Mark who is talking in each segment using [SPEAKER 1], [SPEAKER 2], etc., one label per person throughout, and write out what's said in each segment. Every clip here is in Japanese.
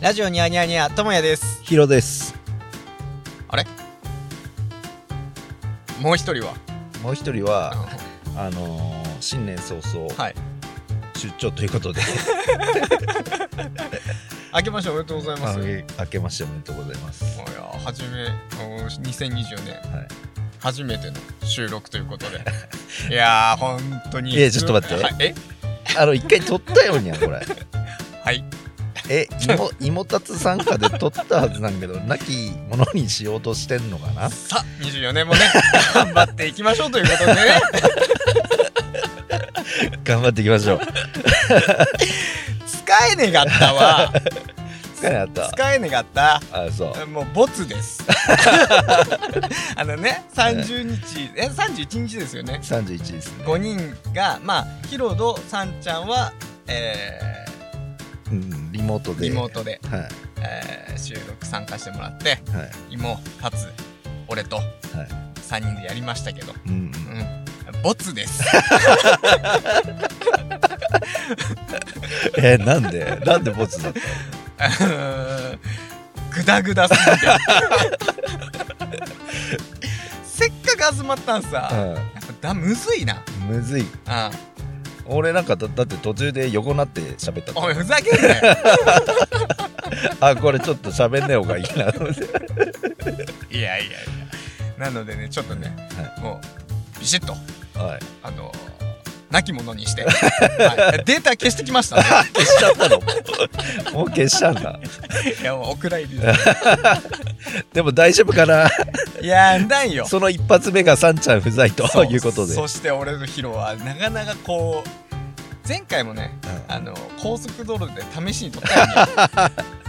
[SPEAKER 1] ラジオニャーニャーニャーともやです
[SPEAKER 2] ヒロです。
[SPEAKER 3] もう一人は
[SPEAKER 2] もう一人は、あのー新年早々、
[SPEAKER 3] はい
[SPEAKER 2] 出張ということで、
[SPEAKER 3] 明けましておめでとうございます
[SPEAKER 2] あ
[SPEAKER 3] もうい
[SPEAKER 2] の明けましておめでとうございます。
[SPEAKER 3] や初めお2020年、
[SPEAKER 2] はい
[SPEAKER 3] 初めての収録ということでいやー本当に
[SPEAKER 2] いやちょっと待って
[SPEAKER 3] はいえ
[SPEAKER 2] あの、一回撮ったようにゃ、 これ。
[SPEAKER 3] はい
[SPEAKER 2] え、芋、芋たつ参加で撮ったはずなんだけど、なきものにしようとしてんのかな
[SPEAKER 3] さあ24年もね頑張っていきましょうということでね
[SPEAKER 2] 頑張っていきましょう。
[SPEAKER 3] 使えねがったわ
[SPEAKER 2] 疲れなかった。
[SPEAKER 3] 使えねがった
[SPEAKER 2] あ、そう。
[SPEAKER 3] もうボツですあのね30日え31日ですよね
[SPEAKER 2] 31ですね。
[SPEAKER 3] 5人がまあヒロドさんちゃんはえ
[SPEAKER 2] うん、リモート
[SPEAKER 3] ー
[SPEAKER 2] で。
[SPEAKER 3] リモートで、
[SPEAKER 2] はい。は
[SPEAKER 3] えー収録参加してもらって
[SPEAKER 2] い。
[SPEAKER 3] 芋タツ俺と
[SPEAKER 2] はい。
[SPEAKER 3] 3人でやりましたけど
[SPEAKER 2] うんうん。
[SPEAKER 3] うんボツです
[SPEAKER 2] え、なんでなんでボツだった
[SPEAKER 3] グダグダすぎて せっかく集まったん さ、やっ
[SPEAKER 2] う
[SPEAKER 3] ぱだむずいな、
[SPEAKER 2] ん。むずい。
[SPEAKER 3] うん
[SPEAKER 2] 俺なんかだだって途中で横になって喋った
[SPEAKER 3] おいふざけんなよ
[SPEAKER 2] あこれちょっと喋んない方がいいな
[SPEAKER 3] いやいやいやなのでねちょっとね、もうビシッと
[SPEAKER 2] はい
[SPEAKER 3] あの亡き者にして、はいデータ消してきま したね
[SPEAKER 2] 消しちゃったのもうもう消しちゃうんだ
[SPEAKER 3] いやもうお蔵入り
[SPEAKER 2] でも大丈夫 かな
[SPEAKER 3] いやないよ
[SPEAKER 2] その一発目がさんちゃん不在と
[SPEAKER 3] そ
[SPEAKER 2] いうことで
[SPEAKER 3] そして俺のヒロはなかなかこう前回もね
[SPEAKER 2] うん
[SPEAKER 3] あの高速道路で試しに撮ったよね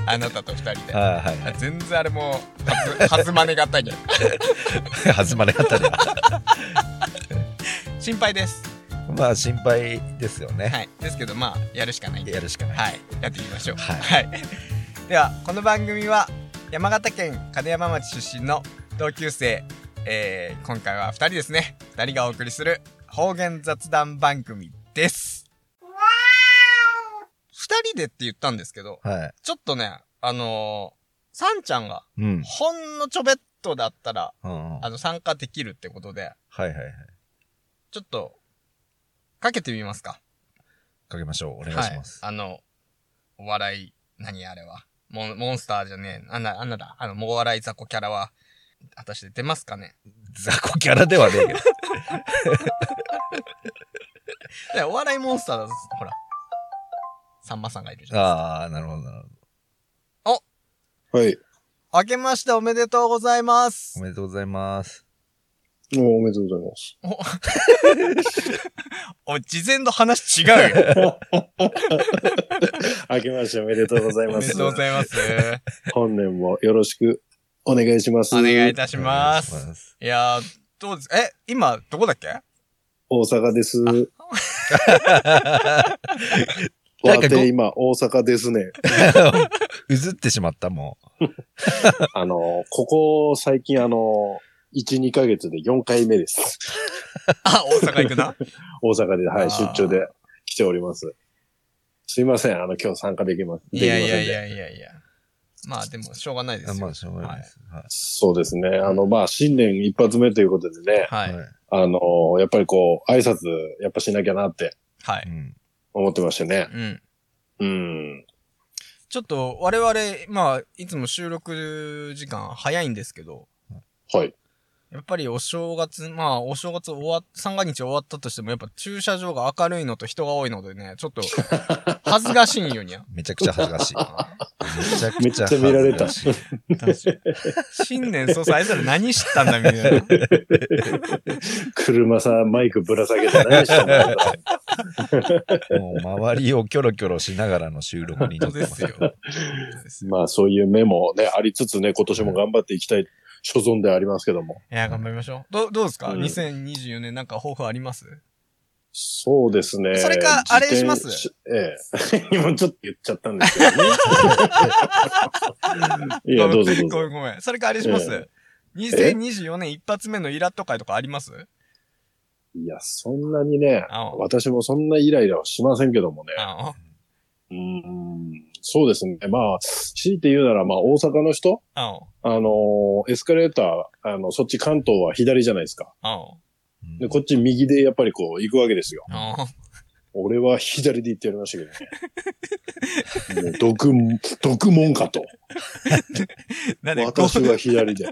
[SPEAKER 3] あなたと二人で
[SPEAKER 2] はいはいは
[SPEAKER 3] 全然あれもはずはずまねがあったんじゃん
[SPEAKER 2] い弾まれ方で
[SPEAKER 3] 心配です、
[SPEAKER 2] まあ心配ですよね、
[SPEAKER 3] はい、ですけどまあやるしかないんで
[SPEAKER 2] やるしかない
[SPEAKER 3] はいやっていきましょう
[SPEAKER 2] はい
[SPEAKER 3] はい、ではこの番組は山形県金山町出身の同級生、えー、今回は2人ですね2人がお送りする方言雑談番組です2人でって言ったんですけど
[SPEAKER 2] はい、
[SPEAKER 3] ちょっとねあのー、さんちゃんが
[SPEAKER 2] うん、
[SPEAKER 3] ほんのちょべっとだったら
[SPEAKER 2] うんうん、
[SPEAKER 3] あ
[SPEAKER 2] はい
[SPEAKER 3] の参加できるってことで
[SPEAKER 2] はいはい
[SPEAKER 3] ちょっとかけてみますか
[SPEAKER 2] かけましょうお願いします、
[SPEAKER 3] はい、あのお笑い何あれはモンモンスターじゃねえあんなあんなだあのもう笑い雑魚キャラは果たして出ますかね
[SPEAKER 2] 雑魚キャラではねえけど
[SPEAKER 3] いやお笑いモンスターだぞほらさんまさんがいるじゃん
[SPEAKER 2] ああなるほどなるほど
[SPEAKER 4] はい。
[SPEAKER 3] 明けましておめでとうございま
[SPEAKER 2] お
[SPEAKER 3] す
[SPEAKER 2] めでとうございます
[SPEAKER 4] おおめでとうございます。
[SPEAKER 3] おい事前の話違うよ
[SPEAKER 4] 明けましておめでとうござ い
[SPEAKER 3] お
[SPEAKER 4] ま
[SPEAKER 3] めですと。うございます
[SPEAKER 4] 本年もよろしくお願いします。
[SPEAKER 3] お願いいた
[SPEAKER 2] お
[SPEAKER 3] しま
[SPEAKER 2] 願いし
[SPEAKER 3] す
[SPEAKER 2] す
[SPEAKER 3] いやーどうですえ今どこだっけ
[SPEAKER 4] 大阪です。
[SPEAKER 2] な
[SPEAKER 4] わ
[SPEAKER 2] んかご
[SPEAKER 4] て今、大阪で すね。
[SPEAKER 2] うずってしまったも
[SPEAKER 4] あの、ここ最近あの、1、2ヶ月で4回目です。
[SPEAKER 3] あ大 阪行くな
[SPEAKER 4] 大阪で、は
[SPEAKER 3] あ
[SPEAKER 4] い、
[SPEAKER 3] ー
[SPEAKER 4] 出張で来ております。すいません、あの、今日参加できま、で
[SPEAKER 3] い
[SPEAKER 4] きま
[SPEAKER 3] や
[SPEAKER 4] せんで。
[SPEAKER 3] いやいやいやいやまあでもしょうがないで
[SPEAKER 2] う
[SPEAKER 3] すよ
[SPEAKER 2] まあしょうがないです、はい
[SPEAKER 4] そうですね。あの、まあ、新年一発目ということでね、
[SPEAKER 3] はい
[SPEAKER 2] は
[SPEAKER 4] あの、やっぱりこう、挨拶、やっぱしなきゃなって
[SPEAKER 3] はいい
[SPEAKER 2] うん
[SPEAKER 4] 思ってましてね。
[SPEAKER 3] うん
[SPEAKER 4] うん。
[SPEAKER 3] ちょっと我々、まあ、いつも収録時間早いんですけど、
[SPEAKER 4] はい。
[SPEAKER 3] やっぱりお正月、まあ、お正月終わっ、三が日終わったとしても、やっぱ駐車場が明るいのと人が多いのでね、ちょ っと、恥ずかしいんよにゃ。
[SPEAKER 2] めちゃくちゃ恥ずかしいめちゃく
[SPEAKER 4] めっ
[SPEAKER 2] ち
[SPEAKER 4] ち
[SPEAKER 2] ゃ
[SPEAKER 4] ゃ見られた
[SPEAKER 2] 恥ずかしい
[SPEAKER 3] 新年早々、あいつら何知ったんだみたいな。
[SPEAKER 4] 車さ、マイクぶら下げて何してんだろう
[SPEAKER 2] もう周りをキョロキョロしながらの収録にな
[SPEAKER 3] 本当
[SPEAKER 2] って
[SPEAKER 3] で
[SPEAKER 2] ますす。
[SPEAKER 3] よ。
[SPEAKER 4] まあそういう目もね、ありつつね、今年も頑張っていきたい所存ではありますけども。
[SPEAKER 3] いや、頑張りましょう。ど、どうですか、
[SPEAKER 4] うん
[SPEAKER 3] ?2024 年なんか抱負あります
[SPEAKER 4] そうですね。
[SPEAKER 3] それかあれします
[SPEAKER 4] 自転ええ。 今ちょっと言っちゃったんですけどね。 いや、ど
[SPEAKER 3] ご
[SPEAKER 4] うぞどうぞ。
[SPEAKER 3] めんごめん。それかあれします、
[SPEAKER 4] え
[SPEAKER 3] ?2024 年一発目のイラッと会とかあります
[SPEAKER 4] いや、そんなにね
[SPEAKER 3] あ、
[SPEAKER 4] 私もそんなイライラはしませんけどもね。
[SPEAKER 3] あの
[SPEAKER 4] うーん、そうですね。まあ、強いて言うなら、まあ、大阪の人
[SPEAKER 3] うん。
[SPEAKER 4] あのーエスカレーター、あの、そっち関東は左じゃないですか。
[SPEAKER 3] うん。
[SPEAKER 4] で、こっち右でやっぱりこう、行くわけですよ。
[SPEAKER 3] うん。
[SPEAKER 4] 俺は左で行ってやりましたけどね。もう毒、毒もんかと。
[SPEAKER 3] なんで、
[SPEAKER 4] 私
[SPEAKER 3] 5、
[SPEAKER 4] は左で。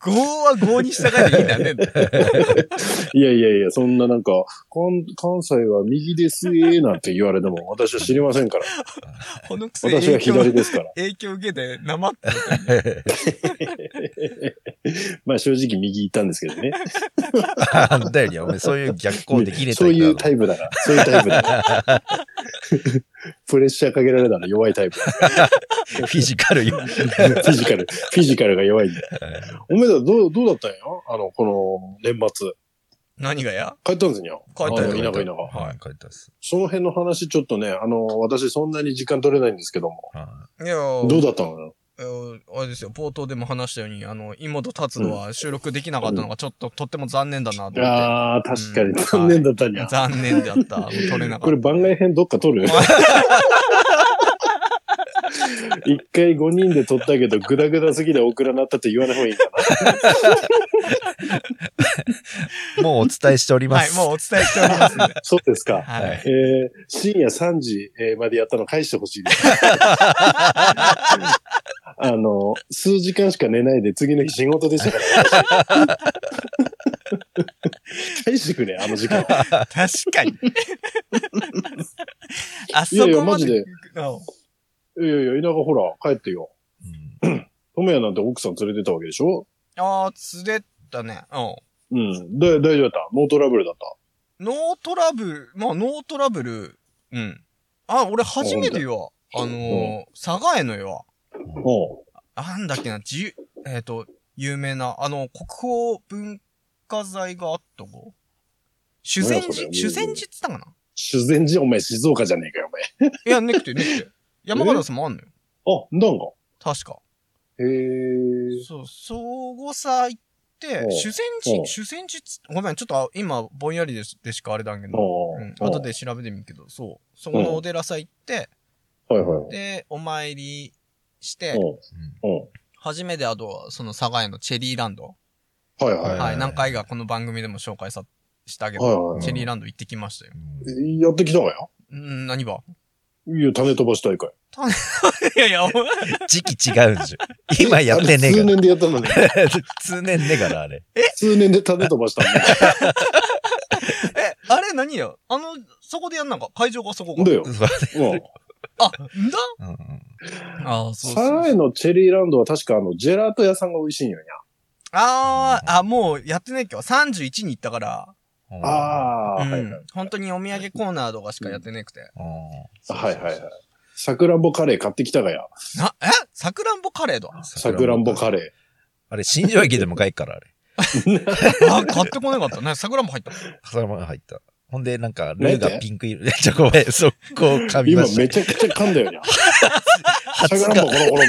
[SPEAKER 3] 5は5に従えていいんだね。
[SPEAKER 4] いやいやいや、そんななんか、関関西は右ですえなんて言われても、私は知りませんから。
[SPEAKER 3] このくせ
[SPEAKER 4] 私は
[SPEAKER 3] 影
[SPEAKER 4] 左
[SPEAKER 3] 響、
[SPEAKER 4] ですから。
[SPEAKER 3] 影響受けて、なまって。
[SPEAKER 4] まあ正直右行ったんですけどね。
[SPEAKER 2] あんたよりお前そういう逆行できれた
[SPEAKER 4] そういうタイプだから。そういうタイプだから。プレッシャーかけられたら弱いタイプ。
[SPEAKER 2] フィジカルよ。
[SPEAKER 4] フィジカル、フィジカルが弱いんだよ。おめでとう、どう、どうだったんよあの、この年末。
[SPEAKER 3] 何がや
[SPEAKER 4] 帰ったんですよ。
[SPEAKER 3] 帰った
[SPEAKER 4] あ
[SPEAKER 3] よ
[SPEAKER 4] の田舎田舎。
[SPEAKER 2] はい、書いたっす。
[SPEAKER 4] その辺の話ちょっとね、あの、私そんなに時間取れないんですけども。
[SPEAKER 2] はい
[SPEAKER 3] や
[SPEAKER 4] どう
[SPEAKER 3] ー
[SPEAKER 4] だったのよ
[SPEAKER 3] えーあれですよ、冒頭でも話したように、あの、妹達度は収録できなかったのがちょっととっても残念だなと思っ
[SPEAKER 4] ああ、確か
[SPEAKER 3] う
[SPEAKER 4] に
[SPEAKER 3] ん
[SPEAKER 4] 残念だったん
[SPEAKER 3] て。
[SPEAKER 4] や。
[SPEAKER 3] 残念だった。もう撮れなか
[SPEAKER 4] こ
[SPEAKER 3] っ
[SPEAKER 4] れ番外編どっか 撮る一回5人で撮ったけど、グダグダすぎでオクラなったって言わない方がいいか
[SPEAKER 2] い。もうお伝えしており
[SPEAKER 3] た。
[SPEAKER 2] ま
[SPEAKER 3] はい、
[SPEAKER 2] す。
[SPEAKER 3] もうお伝えしておりますんで。
[SPEAKER 4] な。そうですか。
[SPEAKER 3] は
[SPEAKER 2] はいい。
[SPEAKER 4] えー深夜3時えーまでやったの返してほしい です。あの、数時間しか寝ないで次の日仕事でしたから。私返してくれ、あの時間。
[SPEAKER 3] 確か に。あそ
[SPEAKER 4] いやいや
[SPEAKER 3] こま
[SPEAKER 4] マ
[SPEAKER 3] で
[SPEAKER 4] ジで
[SPEAKER 3] うん
[SPEAKER 4] いやいや、田舎ほら、帰ってよ。
[SPEAKER 2] うん
[SPEAKER 4] トメヤなんて奥さん連れてたわけでしょ
[SPEAKER 3] ああ、釣れたね。うん。
[SPEAKER 4] うん。で、大丈夫だった。ノートラブルだった。
[SPEAKER 3] ノートラブル、まあ、ノートラブル、うん。あ、俺初めてよ。あ
[SPEAKER 4] ほんと
[SPEAKER 3] のー、佐賀江のよ。
[SPEAKER 4] おう
[SPEAKER 3] なんだっけな、自由、えっ、と、有名な、あの、国宝文化財があったご。修善
[SPEAKER 4] 何やそれ
[SPEAKER 3] 寺、修善寺って言ったかな
[SPEAKER 4] 修善寺、お前静岡じゃねえかよ、
[SPEAKER 3] いや、ねくてね くて。山形さんもあんのよ。
[SPEAKER 4] お前。あ、なんか。
[SPEAKER 3] 確か。
[SPEAKER 4] へえ。
[SPEAKER 3] そう、相互さ行って
[SPEAKER 4] お、う
[SPEAKER 3] 修善
[SPEAKER 4] お
[SPEAKER 3] 寺、
[SPEAKER 4] う
[SPEAKER 3] 修善寺っつごめん、ちょっとあ今、ぼんやりでしでしかあれだけど。
[SPEAKER 4] おう
[SPEAKER 3] うん、後。で調べてみるけど、そう。そこのお寺さ行って、
[SPEAKER 4] はいはい。
[SPEAKER 3] で、お参りして、
[SPEAKER 4] おうおう
[SPEAKER 3] 初めてあとは、その佐賀屋のチェリーランド。
[SPEAKER 4] はいはい。は
[SPEAKER 3] はいい、何回かこの番組でも紹介さ、したけ
[SPEAKER 4] い
[SPEAKER 3] ど、
[SPEAKER 4] は
[SPEAKER 3] チェリーランド行ってきましたよ。
[SPEAKER 2] うん
[SPEAKER 4] い。やってきたわよ。
[SPEAKER 3] うん、何ば
[SPEAKER 4] いや、種飛ばし大会。
[SPEAKER 3] いやいや、お前
[SPEAKER 2] 時期違うんじゃ。今やってね
[SPEAKER 4] あれ数
[SPEAKER 2] え
[SPEAKER 4] 年でやったのね。
[SPEAKER 2] から。通年ねえから、あれ。
[SPEAKER 4] 数年で種飛ばした
[SPEAKER 3] え、あれ何よあの、そこでやんなんか、会場がそこ
[SPEAKER 4] ん
[SPEAKER 3] か。
[SPEAKER 4] だよ。
[SPEAKER 2] そう
[SPEAKER 4] うん。
[SPEAKER 3] あ、んだ
[SPEAKER 2] うんうん
[SPEAKER 3] ああ、そう
[SPEAKER 4] サ
[SPEAKER 3] そう
[SPEAKER 4] ラエのチェリーランドは確かあの、ジェラート屋さんが美味しいんよ
[SPEAKER 3] ああ、あ、もうやってないけど、31に行ったから、
[SPEAKER 4] な。ああ
[SPEAKER 3] う
[SPEAKER 4] ー、はいは
[SPEAKER 3] ん、本当にお土産コーナーとかしかやってなくて。
[SPEAKER 2] うん
[SPEAKER 4] い。はいはいはい。桜んぼカレー買ってきたがや。
[SPEAKER 3] な、えさくらんぼカレーだ。
[SPEAKER 4] 桜んぼカレ
[SPEAKER 2] あれ、新庄駅でも帰っから、あれ。
[SPEAKER 3] あ、買ってこなかった。ね、桜も入った。
[SPEAKER 2] 笠間が入った。ほんで、なんか、ルーがピンク色。ちょ、ごめん、速攻噛
[SPEAKER 4] ー。
[SPEAKER 2] み
[SPEAKER 4] 今
[SPEAKER 2] まし
[SPEAKER 4] め
[SPEAKER 2] た。
[SPEAKER 4] ちゃくちゃ噛んだよにゃ。
[SPEAKER 2] 初
[SPEAKER 4] 桜んぼコロコロ。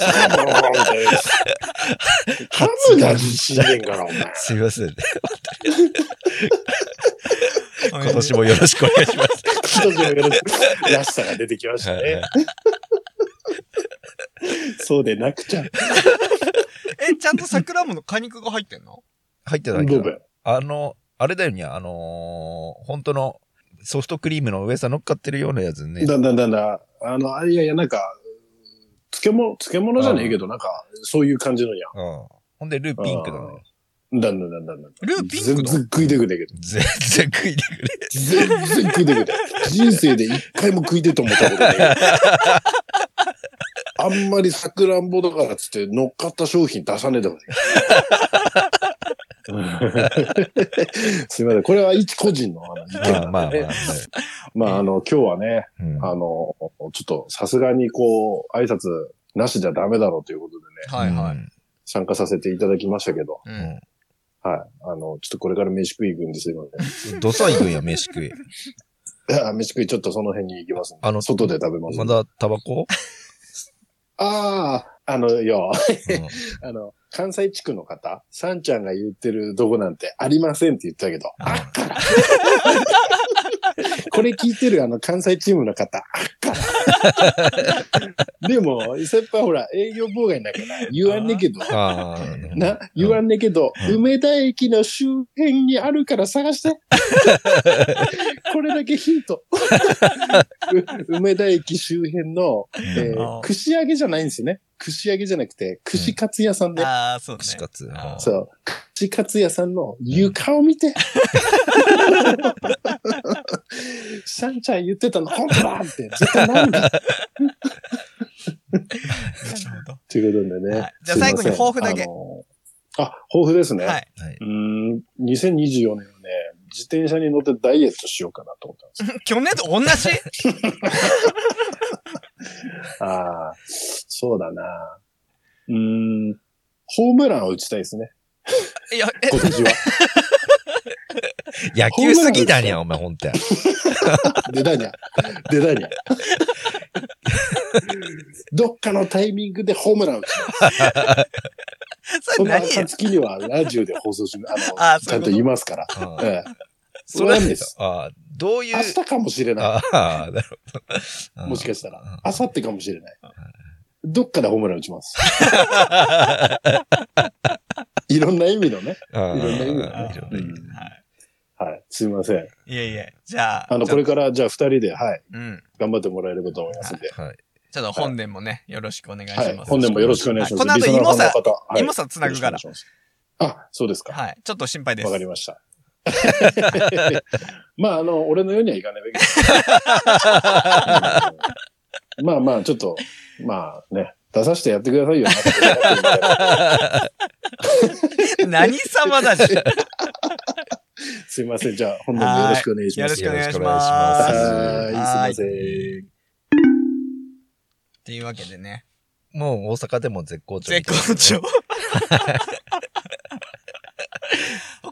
[SPEAKER 4] 桜んぼコロコロみたいな。噛むな、死んでんから、お前。
[SPEAKER 2] すみません。今年もよろしくお願いします。
[SPEAKER 4] 一つもよろしくらしさが出てきましたね。そうでなくちゃ。
[SPEAKER 3] え、ちゃんと桜もの果肉が入ってんの
[SPEAKER 2] 入って
[SPEAKER 4] ど
[SPEAKER 2] ないうけ
[SPEAKER 4] だ
[SPEAKER 2] ど。
[SPEAKER 4] よ。
[SPEAKER 2] あの、あれだよにゃ、あのー、本当のソフトクリームの上さ乗っかってるようなやつね。
[SPEAKER 4] だんだんだんだん、あの、あいやいや、なんか、漬物、漬物じゃねえけど、なんか、そういう感じのや
[SPEAKER 2] うん。ほんで、ルーピンクなのよ。
[SPEAKER 4] ん。だんだんだんだんだん。
[SPEAKER 3] ルーピンク
[SPEAKER 4] 全
[SPEAKER 3] の
[SPEAKER 4] 然食いてくれけど。
[SPEAKER 2] 全然食いてくれ。
[SPEAKER 4] 全然食いてくれ。人生で一回も食いてと思ったことない。あんまり桜んぼだからっつって乗っかった商品出さねえ だろ。すみません。これは一個人のあの意見な
[SPEAKER 2] ま
[SPEAKER 4] んで
[SPEAKER 2] あまあまあ。はい
[SPEAKER 4] まあ、あの、今日はね、
[SPEAKER 2] うん
[SPEAKER 4] あの、ちょっとさすがにこう、挨拶なしじゃダメだろうということでね、
[SPEAKER 3] はいは
[SPEAKER 2] う
[SPEAKER 3] い。
[SPEAKER 2] ん
[SPEAKER 4] 参加させていただきましたけど、
[SPEAKER 3] う。
[SPEAKER 2] うんん
[SPEAKER 4] はい。あの、ちょっとこれから飯食い行くんですいま
[SPEAKER 2] どさいくんや、飯食い。
[SPEAKER 4] せん あ飯食いちょっとその辺に行きますんで、
[SPEAKER 2] あの
[SPEAKER 4] 外で食べますん
[SPEAKER 2] ま
[SPEAKER 4] で。
[SPEAKER 2] だタバコ
[SPEAKER 4] あ あ、あの、よ、
[SPEAKER 2] うん
[SPEAKER 4] あの、関西地区の方、さんちゃんが言ってるどこなんてありませんって言ってたけど、あっから。これ聞いてるあの関西チームの方、あっから。 でも、先輩ほら、営業妨害だから言わんねんけど。
[SPEAKER 2] ああ。
[SPEAKER 4] な、言わんねんけど、
[SPEAKER 2] うん
[SPEAKER 4] 梅田駅の周辺にあるから探して。 これだけヒント。う梅田駅周辺の、
[SPEAKER 2] うん
[SPEAKER 4] え
[SPEAKER 3] あ
[SPEAKER 4] ー、
[SPEAKER 3] ー
[SPEAKER 4] 串揚げじゃないんですよね。串揚げじゃなくて、串カツ屋さんで。
[SPEAKER 3] ああ、そうね
[SPEAKER 2] 串。カツ。
[SPEAKER 3] あー
[SPEAKER 4] そう。串カツ屋さんの床を見て。シャンちゃん言ってたの、 本当だって、絶対なんだ
[SPEAKER 3] なるほど。
[SPEAKER 4] ということでね。
[SPEAKER 3] はいじゃあ最後に
[SPEAKER 4] すいません
[SPEAKER 3] 抱負だけ
[SPEAKER 4] あのーあ、抱負ですね。
[SPEAKER 3] はい。
[SPEAKER 2] はい。
[SPEAKER 4] うーん、2024年はね、自転車に乗ってダイエットしようかなと思ったん ですよ。
[SPEAKER 3] 去年と同じ
[SPEAKER 4] ああ、そうだな。うーん、ホームランを打ちたいですね、
[SPEAKER 3] い や、え、
[SPEAKER 4] 今年は。
[SPEAKER 2] 野球好きだにゃ、お前、ほんとや。
[SPEAKER 4] 出たにゃ。出た にゃ。どっかのタイミングでホームランを打ちたい。
[SPEAKER 3] そ
[SPEAKER 4] そ
[SPEAKER 3] れ
[SPEAKER 4] の
[SPEAKER 3] 何や
[SPEAKER 4] 暁にはラジオで放送し、あの、
[SPEAKER 3] あー
[SPEAKER 4] ち
[SPEAKER 3] そう
[SPEAKER 4] ゃ
[SPEAKER 3] いうこと
[SPEAKER 4] んと言いますから。
[SPEAKER 2] うん
[SPEAKER 4] ええ
[SPEAKER 2] そ
[SPEAKER 4] そ
[SPEAKER 2] れ
[SPEAKER 4] れ
[SPEAKER 2] な
[SPEAKER 4] なんん
[SPEAKER 2] で
[SPEAKER 4] ですす。
[SPEAKER 2] ああ、どういう
[SPEAKER 4] 明。日かもしれない。
[SPEAKER 2] ああ、なるほど。
[SPEAKER 4] もしかしたら。
[SPEAKER 2] う
[SPEAKER 4] 明後日かもしれない。どっかでホームラン打ち ます。いろんな意味のね。
[SPEAKER 2] ん。うん
[SPEAKER 4] いろんな意味だね
[SPEAKER 2] いろんな
[SPEAKER 4] う
[SPEAKER 2] 意味
[SPEAKER 4] ん
[SPEAKER 2] だね
[SPEAKER 4] はい。すみません。
[SPEAKER 3] いやいや、じゃあ、
[SPEAKER 4] あの、
[SPEAKER 3] ちょ
[SPEAKER 4] これから、じゃあ二人で、はい、
[SPEAKER 3] うん。
[SPEAKER 4] 頑張ってもらえればと思いますんで。
[SPEAKER 2] はい。
[SPEAKER 3] ちょっと本年もね、よろしくお願いし
[SPEAKER 4] はい。
[SPEAKER 3] ます。
[SPEAKER 4] 本年もよろしくお願いします。
[SPEAKER 3] はいこの後
[SPEAKER 4] リスナーさん
[SPEAKER 3] イモ
[SPEAKER 4] の方はい
[SPEAKER 3] イモさんつなぐから
[SPEAKER 4] よろしくお願いしますあ、そうですか。わ、
[SPEAKER 3] はい。ちょっと心配です。
[SPEAKER 4] かりました。 まあ、あの、俺のようにはいかないべき です。まあまあ、ちょっと、まあね、出させてやってく ださいよ。
[SPEAKER 3] 何様だし。
[SPEAKER 4] すいません。じゃあ、本年もよろしくお願いします。
[SPEAKER 3] よろしくお願いします
[SPEAKER 4] はい、
[SPEAKER 3] はい
[SPEAKER 4] すいません。
[SPEAKER 3] っていうわけでね。
[SPEAKER 2] もう大阪でも絶好調。
[SPEAKER 3] 絶好調。。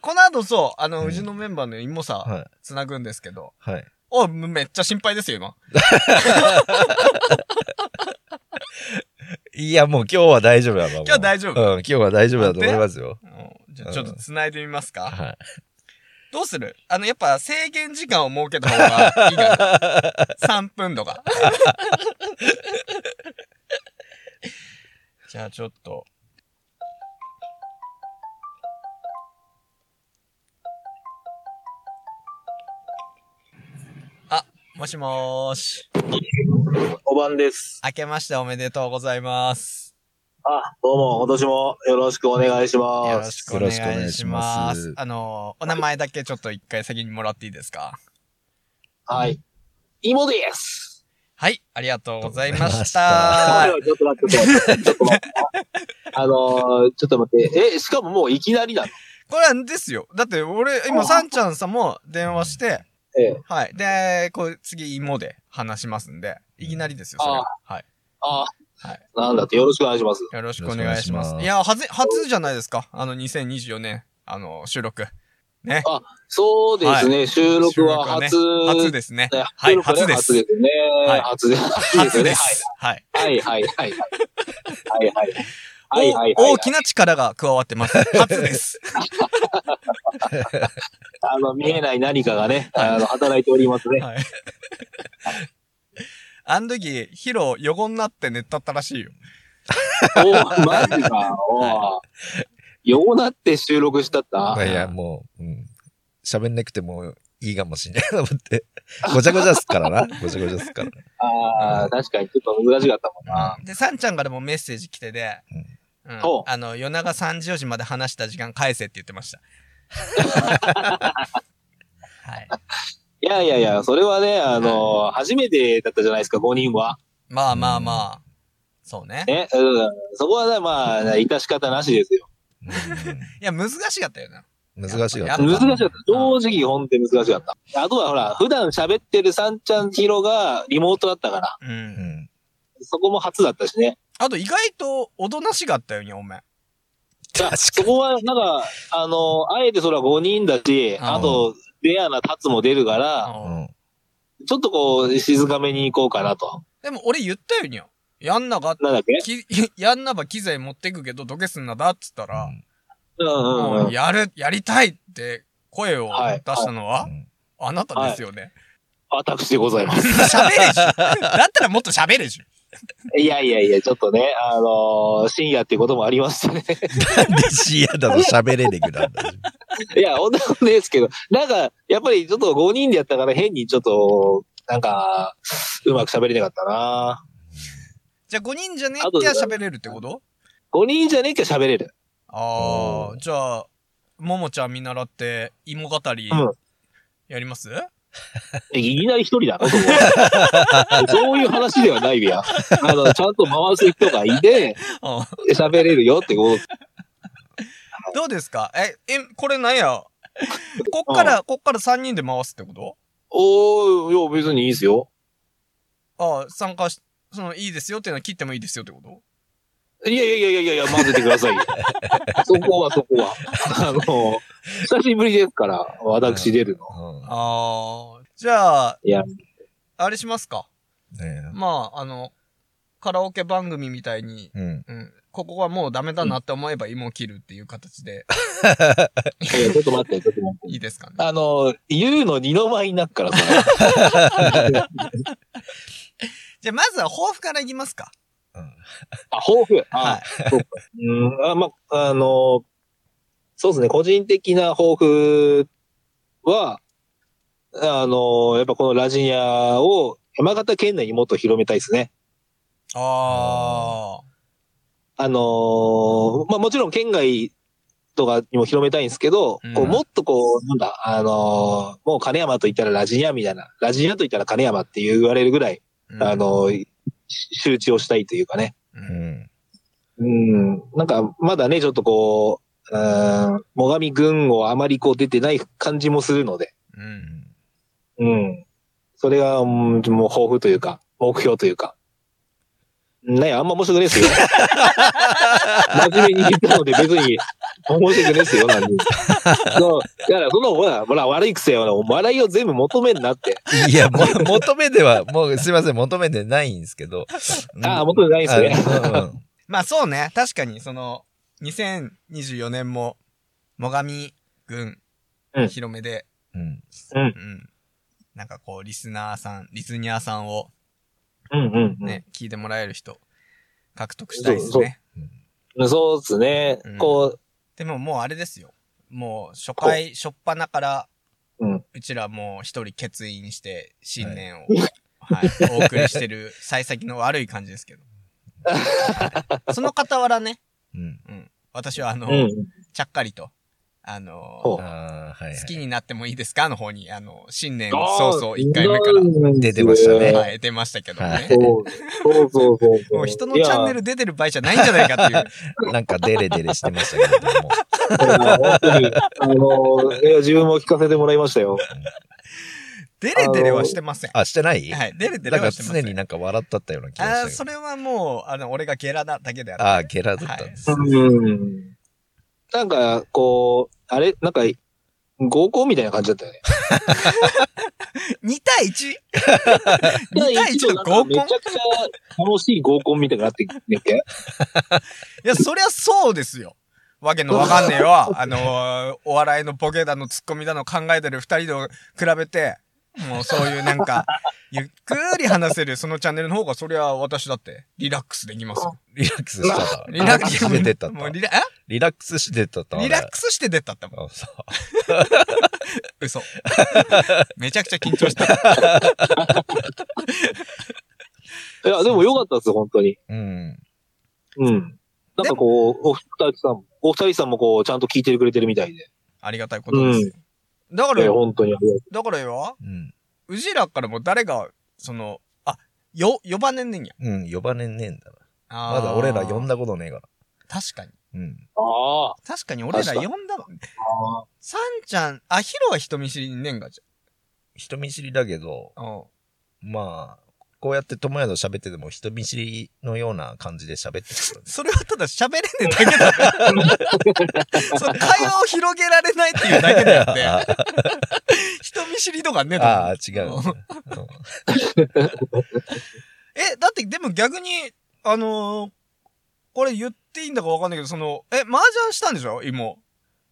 [SPEAKER 3] この後そう、あの、
[SPEAKER 2] うん
[SPEAKER 3] うちのメンバーのイモさ、
[SPEAKER 2] はい。
[SPEAKER 3] つなぐんですけど。
[SPEAKER 2] はい。
[SPEAKER 3] お、めっちゃ心配ですよ、今。
[SPEAKER 2] いや、もう今日は大丈夫だな。今
[SPEAKER 3] 今日は大丈夫
[SPEAKER 2] うん、今日は大丈夫だと思いますよ。
[SPEAKER 3] うんじゃあちょっとつないでみますか。
[SPEAKER 2] はい。
[SPEAKER 3] どうするあの、やっぱ制限時間を設けた方がいいかな。3分 と か。じゃあちょっと。あ、もしもーし。
[SPEAKER 5] お晩です。
[SPEAKER 3] 明けましておめでとうございます。
[SPEAKER 5] あ、どうも、今年もよろしくお願いし
[SPEAKER 3] よ
[SPEAKER 5] ま
[SPEAKER 3] ろ
[SPEAKER 5] す。
[SPEAKER 3] しくお願いし
[SPEAKER 2] よろ
[SPEAKER 3] ます。
[SPEAKER 2] しくお願いします
[SPEAKER 3] あの、お名前だけちょっと一回先にもらっていいですか
[SPEAKER 5] はい。芋です。
[SPEAKER 3] はい、ありがとうございまし
[SPEAKER 5] あ
[SPEAKER 3] た。
[SPEAKER 5] ちょっと待って、ちょっと待って。あのー、ちょっと待って。え、しかももういきなりなの
[SPEAKER 3] これはですよ。だって俺、今、さんちゃんさんも電話して、
[SPEAKER 5] ええ。
[SPEAKER 3] はい。で、こう、次、芋で話しますんで、いきなりですよ、それは。はい。
[SPEAKER 5] あ、
[SPEAKER 3] はい
[SPEAKER 5] なんだってよろしくお願いします。
[SPEAKER 3] よろしくお願いしま。
[SPEAKER 2] よろしくお願いしますす
[SPEAKER 3] いや、はず、初じゃないですか。あの、2024年、あの、収録。
[SPEAKER 5] そうですね、収録は初。
[SPEAKER 3] 収録はね初ですね。
[SPEAKER 5] ね
[SPEAKER 3] はい
[SPEAKER 5] 収録ね
[SPEAKER 3] 初です
[SPEAKER 5] 初ですね。
[SPEAKER 3] はい
[SPEAKER 5] 初です。
[SPEAKER 3] 初で
[SPEAKER 5] ね。
[SPEAKER 3] す。はい。
[SPEAKER 5] はい、はい、はい。はい、はい。は
[SPEAKER 3] お
[SPEAKER 5] い、はい、はい
[SPEAKER 3] 大。きな力が加わってます。初です。
[SPEAKER 5] あの、見えない何かがね、あの、働いておりますね。
[SPEAKER 3] はい。あの時、ヒロ、横になって寝たったらしいよ。
[SPEAKER 5] おーマジか。おーようなって収録したった
[SPEAKER 2] いやいや、もう、うん。喋んなくてもいいかもしんないと思って。ごちゃごちゃっすか らな。ごちゃごちゃっすから。
[SPEAKER 5] ああ、確かにちょっと難しかったもんな。
[SPEAKER 3] で、さんちゃんからもメッセージ来てで、うん
[SPEAKER 5] ほう
[SPEAKER 3] あの、夜中3時4時まで話した時間返せって言ってま した。はい。
[SPEAKER 5] いやいやいや、それはね、あの、初めてだったじゃないですか、5人は。
[SPEAKER 3] まあまあまあ、そうね。
[SPEAKER 5] ね、うんそこはね、まあ、致し方なしですよ。
[SPEAKER 3] いや、難しかったよな。
[SPEAKER 2] うん難しいよ。
[SPEAKER 3] やっぱ
[SPEAKER 5] 難しかった。正直、本当に難しかった。あとはほら、普段喋ってるさんちゃんひろがリモートだったから、
[SPEAKER 3] う。
[SPEAKER 2] うんん。
[SPEAKER 5] そこも初だったしね。
[SPEAKER 3] あと、意外と、おとなしかったよね、おめ
[SPEAKER 5] だそこは、なんか、あの、あえてそれは5人だし、あと、レアなタツも出るから、
[SPEAKER 2] うん。
[SPEAKER 5] ちょっとこう、静かめに行こうかなと。
[SPEAKER 3] でも、俺言ったよにゃ。やんなかっ
[SPEAKER 5] なんだっけ
[SPEAKER 3] き やんなば機材持ってくけど、どけすんなだっつったら、
[SPEAKER 5] うんうんうん。
[SPEAKER 3] やる、やりたいって声を出したのは、
[SPEAKER 2] うん
[SPEAKER 3] あなたですよね。
[SPEAKER 5] 私でございます。
[SPEAKER 3] 喋れじゅ。だったらもっと喋れじゅ。
[SPEAKER 5] いやいやいや、ちょっとね、あのー深夜っていうこともありましたね。
[SPEAKER 2] なんで深夜だと喋れねえくなんだ。
[SPEAKER 5] いや、ほんなことないですけど、なんか、やっぱりちょっと5人でやったから変にちょっと、なんか、うまく喋れなかったな
[SPEAKER 3] じゃあ5人じゃねえきゃ喋れるってこと
[SPEAKER 5] 5人じゃねえけど喋れる。
[SPEAKER 3] ああ、じゃあ、ももちゃん見習って、芋語り
[SPEAKER 5] うん、
[SPEAKER 3] やります、
[SPEAKER 5] えいきなり一人だろ、そこは そういう話ではないや。あの、ちゃんと回す人がいて、
[SPEAKER 3] う
[SPEAKER 5] 喋れるよってこと。
[SPEAKER 3] んどうですかえ、え、これなんやこっから、こっから3人で回すってこと
[SPEAKER 5] おー、いや、別にいいですよ。
[SPEAKER 3] ああ、参加し、その、いいですよっていうのは切ってもいいですよってこと
[SPEAKER 5] いやいやいやいやいや、混ぜてくださいよ。 そこはそこは。あの、久しぶりですから、私出るの。
[SPEAKER 3] あ
[SPEAKER 2] う
[SPEAKER 3] あ、じゃあ、
[SPEAKER 5] いや
[SPEAKER 3] あれしますか
[SPEAKER 2] んね
[SPEAKER 3] まあ、あの、カラオケ番組みたいに、
[SPEAKER 2] えうん。
[SPEAKER 3] うん、ここはもうダメだなって思えば芋を切るっていう形で、
[SPEAKER 5] いやちょっと待って、ちょっと待って。
[SPEAKER 3] いいですかね。
[SPEAKER 5] あの、言うの二の舞になっ からさ。
[SPEAKER 3] じゃあ、まずは抱負からいきますか。
[SPEAKER 5] あ、抱負。
[SPEAKER 3] は
[SPEAKER 5] あ、そうか。うん、あ、まあ、あの、そうですね、個人的な抱負は、あの、やっぱこのラジニアを山形県内にもっと広めたいですね。
[SPEAKER 3] あ
[SPEAKER 5] あのーまあ、もちろん県外とかにも広めたいんですけど、
[SPEAKER 3] うん
[SPEAKER 5] こうもっとこう、なんだ、あのーもう金山と言ったらラジニアみたいな、ラジニアと言ったら金山って言われるぐらい、
[SPEAKER 3] あ
[SPEAKER 5] あ、のーし周知をしたいというかね。
[SPEAKER 3] う
[SPEAKER 2] うんん。
[SPEAKER 5] うん、なんかまだね、ちょっとこう、うーん、最上軍をあまりこう出てない感じもするので、
[SPEAKER 3] うん。
[SPEAKER 5] うん。それが、うんもう抱負というか、目標というか。ねあんま面白くない ですよ。真面目に言ったので別に面白くないですよ、なんに。そうだから、その、ほら、ほら、悪い癖は、笑いを全部求めんなって。
[SPEAKER 2] いや、も、求めでは、もうすいません、求めてないんですけど。
[SPEAKER 5] ああ、求めてないですね。
[SPEAKER 2] あうん
[SPEAKER 3] まあそうね。確かに、その、2024年も、最上軍
[SPEAKER 5] うん、
[SPEAKER 3] 広めで、
[SPEAKER 2] うん。
[SPEAKER 3] うん。なんかこう、リスナーさん、リスニアさんを
[SPEAKER 5] うんうん、うん
[SPEAKER 3] ね、聞いてもらえる人、獲得したいです
[SPEAKER 5] そうそう
[SPEAKER 3] ね。
[SPEAKER 5] そうですね。
[SPEAKER 3] うん
[SPEAKER 5] こ
[SPEAKER 3] でももうあれですよ。もう、初回、初っ端から、
[SPEAKER 5] うん
[SPEAKER 3] うちらもう一人欠員して、新年を、はい、お送りしてる、幸先の悪い感じです けど。はいその傍らね、
[SPEAKER 2] うん。
[SPEAKER 3] 私はあの、
[SPEAKER 5] う、うん。
[SPEAKER 3] ちゃっかりと、あの
[SPEAKER 5] ほう
[SPEAKER 2] ああ、はい、はい。
[SPEAKER 3] 好きになってもいいですかの方に、あの、新年早々1回目か
[SPEAKER 2] 出てましたね
[SPEAKER 3] ら、
[SPEAKER 5] はい
[SPEAKER 3] はい、出ましたけどね。
[SPEAKER 2] はい
[SPEAKER 5] そうそうそうそうそう。
[SPEAKER 3] もう人のチャンネル出てる場合じゃないんじゃないかっていう。
[SPEAKER 2] なんかデレデレしてましたけれども。
[SPEAKER 5] いや本当にあの、いや、自分も聞かせてもらいましたよ。
[SPEAKER 3] デレデレはしてません。
[SPEAKER 2] あ、してない
[SPEAKER 3] はい、デレデレ
[SPEAKER 2] なんか
[SPEAKER 3] はしてませ
[SPEAKER 2] 常
[SPEAKER 3] ん。
[SPEAKER 2] になんか笑ったったような気
[SPEAKER 3] あ
[SPEAKER 2] が
[SPEAKER 3] ー
[SPEAKER 2] した
[SPEAKER 3] そ
[SPEAKER 2] け
[SPEAKER 3] れはもう、あの、俺がゲラだだけである
[SPEAKER 2] ど。。ああ、ゲラだったんです。
[SPEAKER 5] うん。なんか、こう、あれ、なんか、合コンみたいな感じだった よね。
[SPEAKER 3] 2対 1? 2対1の合コン
[SPEAKER 5] めちゃくちゃ楽しい合コンみたいになってきてて。
[SPEAKER 3] いや、そりゃそうですよ。わけのわかんねえ よ。あのーお笑いのボケだのツッコミだの考えてる二人と比べて、もうそういうなん か、ゆっくり話せるそのチャンネルの方が、そりゃ私だって、リラックスできますよ。
[SPEAKER 2] リラックスしてた。
[SPEAKER 3] リラックス
[SPEAKER 2] してた。
[SPEAKER 3] もうリラえ
[SPEAKER 2] リラックスしてた。
[SPEAKER 3] リラックスして出たったもん。
[SPEAKER 2] あそう
[SPEAKER 3] 嘘。 めちゃくちゃ緊張した。
[SPEAKER 5] いや、でもよかったですよ、本当に。
[SPEAKER 2] うん。
[SPEAKER 5] うん。なんかこう、お二人さんも、お二人さんもこう、ちゃんと聞いてくれてるみたいで。
[SPEAKER 3] ありがたいことですよ。だか
[SPEAKER 5] い
[SPEAKER 3] ら
[SPEAKER 5] や、
[SPEAKER 3] よ、
[SPEAKER 5] 本当にありがと
[SPEAKER 3] だからよ、
[SPEAKER 2] うん。
[SPEAKER 3] うじらからも誰が、その、あ、よ、呼ばねんねんや。
[SPEAKER 2] うん。呼ばねんねえんだな。
[SPEAKER 3] あ
[SPEAKER 2] ま
[SPEAKER 3] ー
[SPEAKER 2] だ俺ら呼ん。だことねえから。
[SPEAKER 3] 確かに。
[SPEAKER 2] うん。
[SPEAKER 5] う。あ
[SPEAKER 3] 確かに俺ら
[SPEAKER 5] 確かに
[SPEAKER 3] 呼んだわ。
[SPEAKER 5] あ。
[SPEAKER 3] さんちゃん、あ、ヒロは人見知りにねんがじ
[SPEAKER 2] 人見知りだけど、
[SPEAKER 3] ゃ。うん。
[SPEAKER 2] まあ、こうやって友也と喋ってても人見知りのような感じで喋ってる。
[SPEAKER 3] それはただ喋れねえだけだよその会話を広げられないっていうだけだよ って。人見知りとかねえだろ
[SPEAKER 2] ああ、違う。うん
[SPEAKER 3] え、だってでも逆に、あのーこれ言っていいんだかわかんないけど、その、え、麻雀したんでしょ今。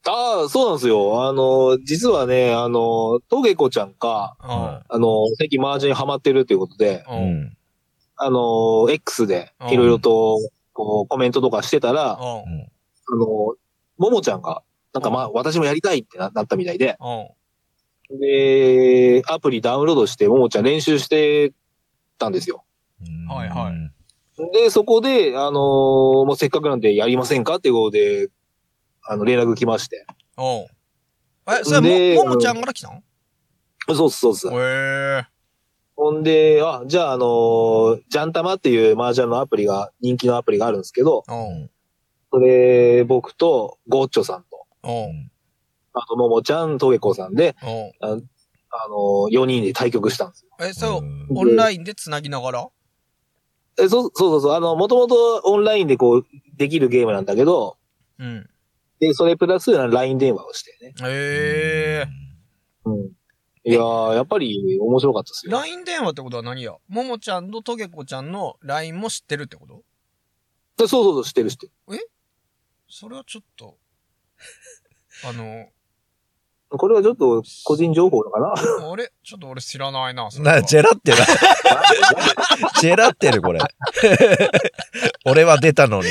[SPEAKER 5] ああ、そうなんですよ。あの、実はね、あの、トゲコちゃんか、
[SPEAKER 3] う。
[SPEAKER 5] あの、最近マージンハマってるということで、
[SPEAKER 2] うん
[SPEAKER 3] うん。
[SPEAKER 2] ん。
[SPEAKER 5] あの、X で
[SPEAKER 3] うん
[SPEAKER 5] いろいろと、こう、コメントとかしてたら、あ
[SPEAKER 3] うん。
[SPEAKER 5] の、ももちゃんが、なんかまあ、私もやりたいってななったみたいで、
[SPEAKER 3] うん。
[SPEAKER 5] で、アプリダウンロードして、ももちゃん練習してたんですよ。
[SPEAKER 2] うん
[SPEAKER 3] はいはい
[SPEAKER 5] で、そこで、あのもうせっかくなんでやりませんかっていうことで、あの、連絡来まして。
[SPEAKER 3] おうえ、それ
[SPEAKER 5] で
[SPEAKER 3] も、ももちゃんから来たん
[SPEAKER 5] そうっす、そうっす。
[SPEAKER 3] へえ。
[SPEAKER 5] ほんで、あ、じゃあ、あのージャンタマっていう麻雀のアプリが、人気のアプリがあるんですけど、
[SPEAKER 3] おう
[SPEAKER 5] それ、僕と、ゴッチョさんと、
[SPEAKER 3] おう
[SPEAKER 5] あと、ももちゃん、トゲコさんで、
[SPEAKER 3] おう
[SPEAKER 5] あのー、4人で対局したんですよ。
[SPEAKER 3] え、そうう、
[SPEAKER 2] ん
[SPEAKER 5] ん
[SPEAKER 3] オンラインで繋ぎながら
[SPEAKER 5] え、そう、そうそうそう、あの、もともとオンラインでこう、できるゲームなんだけど、
[SPEAKER 3] うん。
[SPEAKER 5] で、それプラス、LINE 電話をしてね。
[SPEAKER 3] へえ。
[SPEAKER 5] うん。いやー、やっぱり、面白かったですよ。
[SPEAKER 3] LINE 電話ってことは何やももちゃんととげこちゃんの LINE も知ってるってこと
[SPEAKER 5] そうそうそう、知ってる知ってる。
[SPEAKER 3] それはちょっと、 あの、
[SPEAKER 5] これはちょっと、個人情報なのかな
[SPEAKER 3] あれちょっと俺知らないな、それは
[SPEAKER 2] な、 ジェラってる。ジェラってる、これ。 俺は出たのに。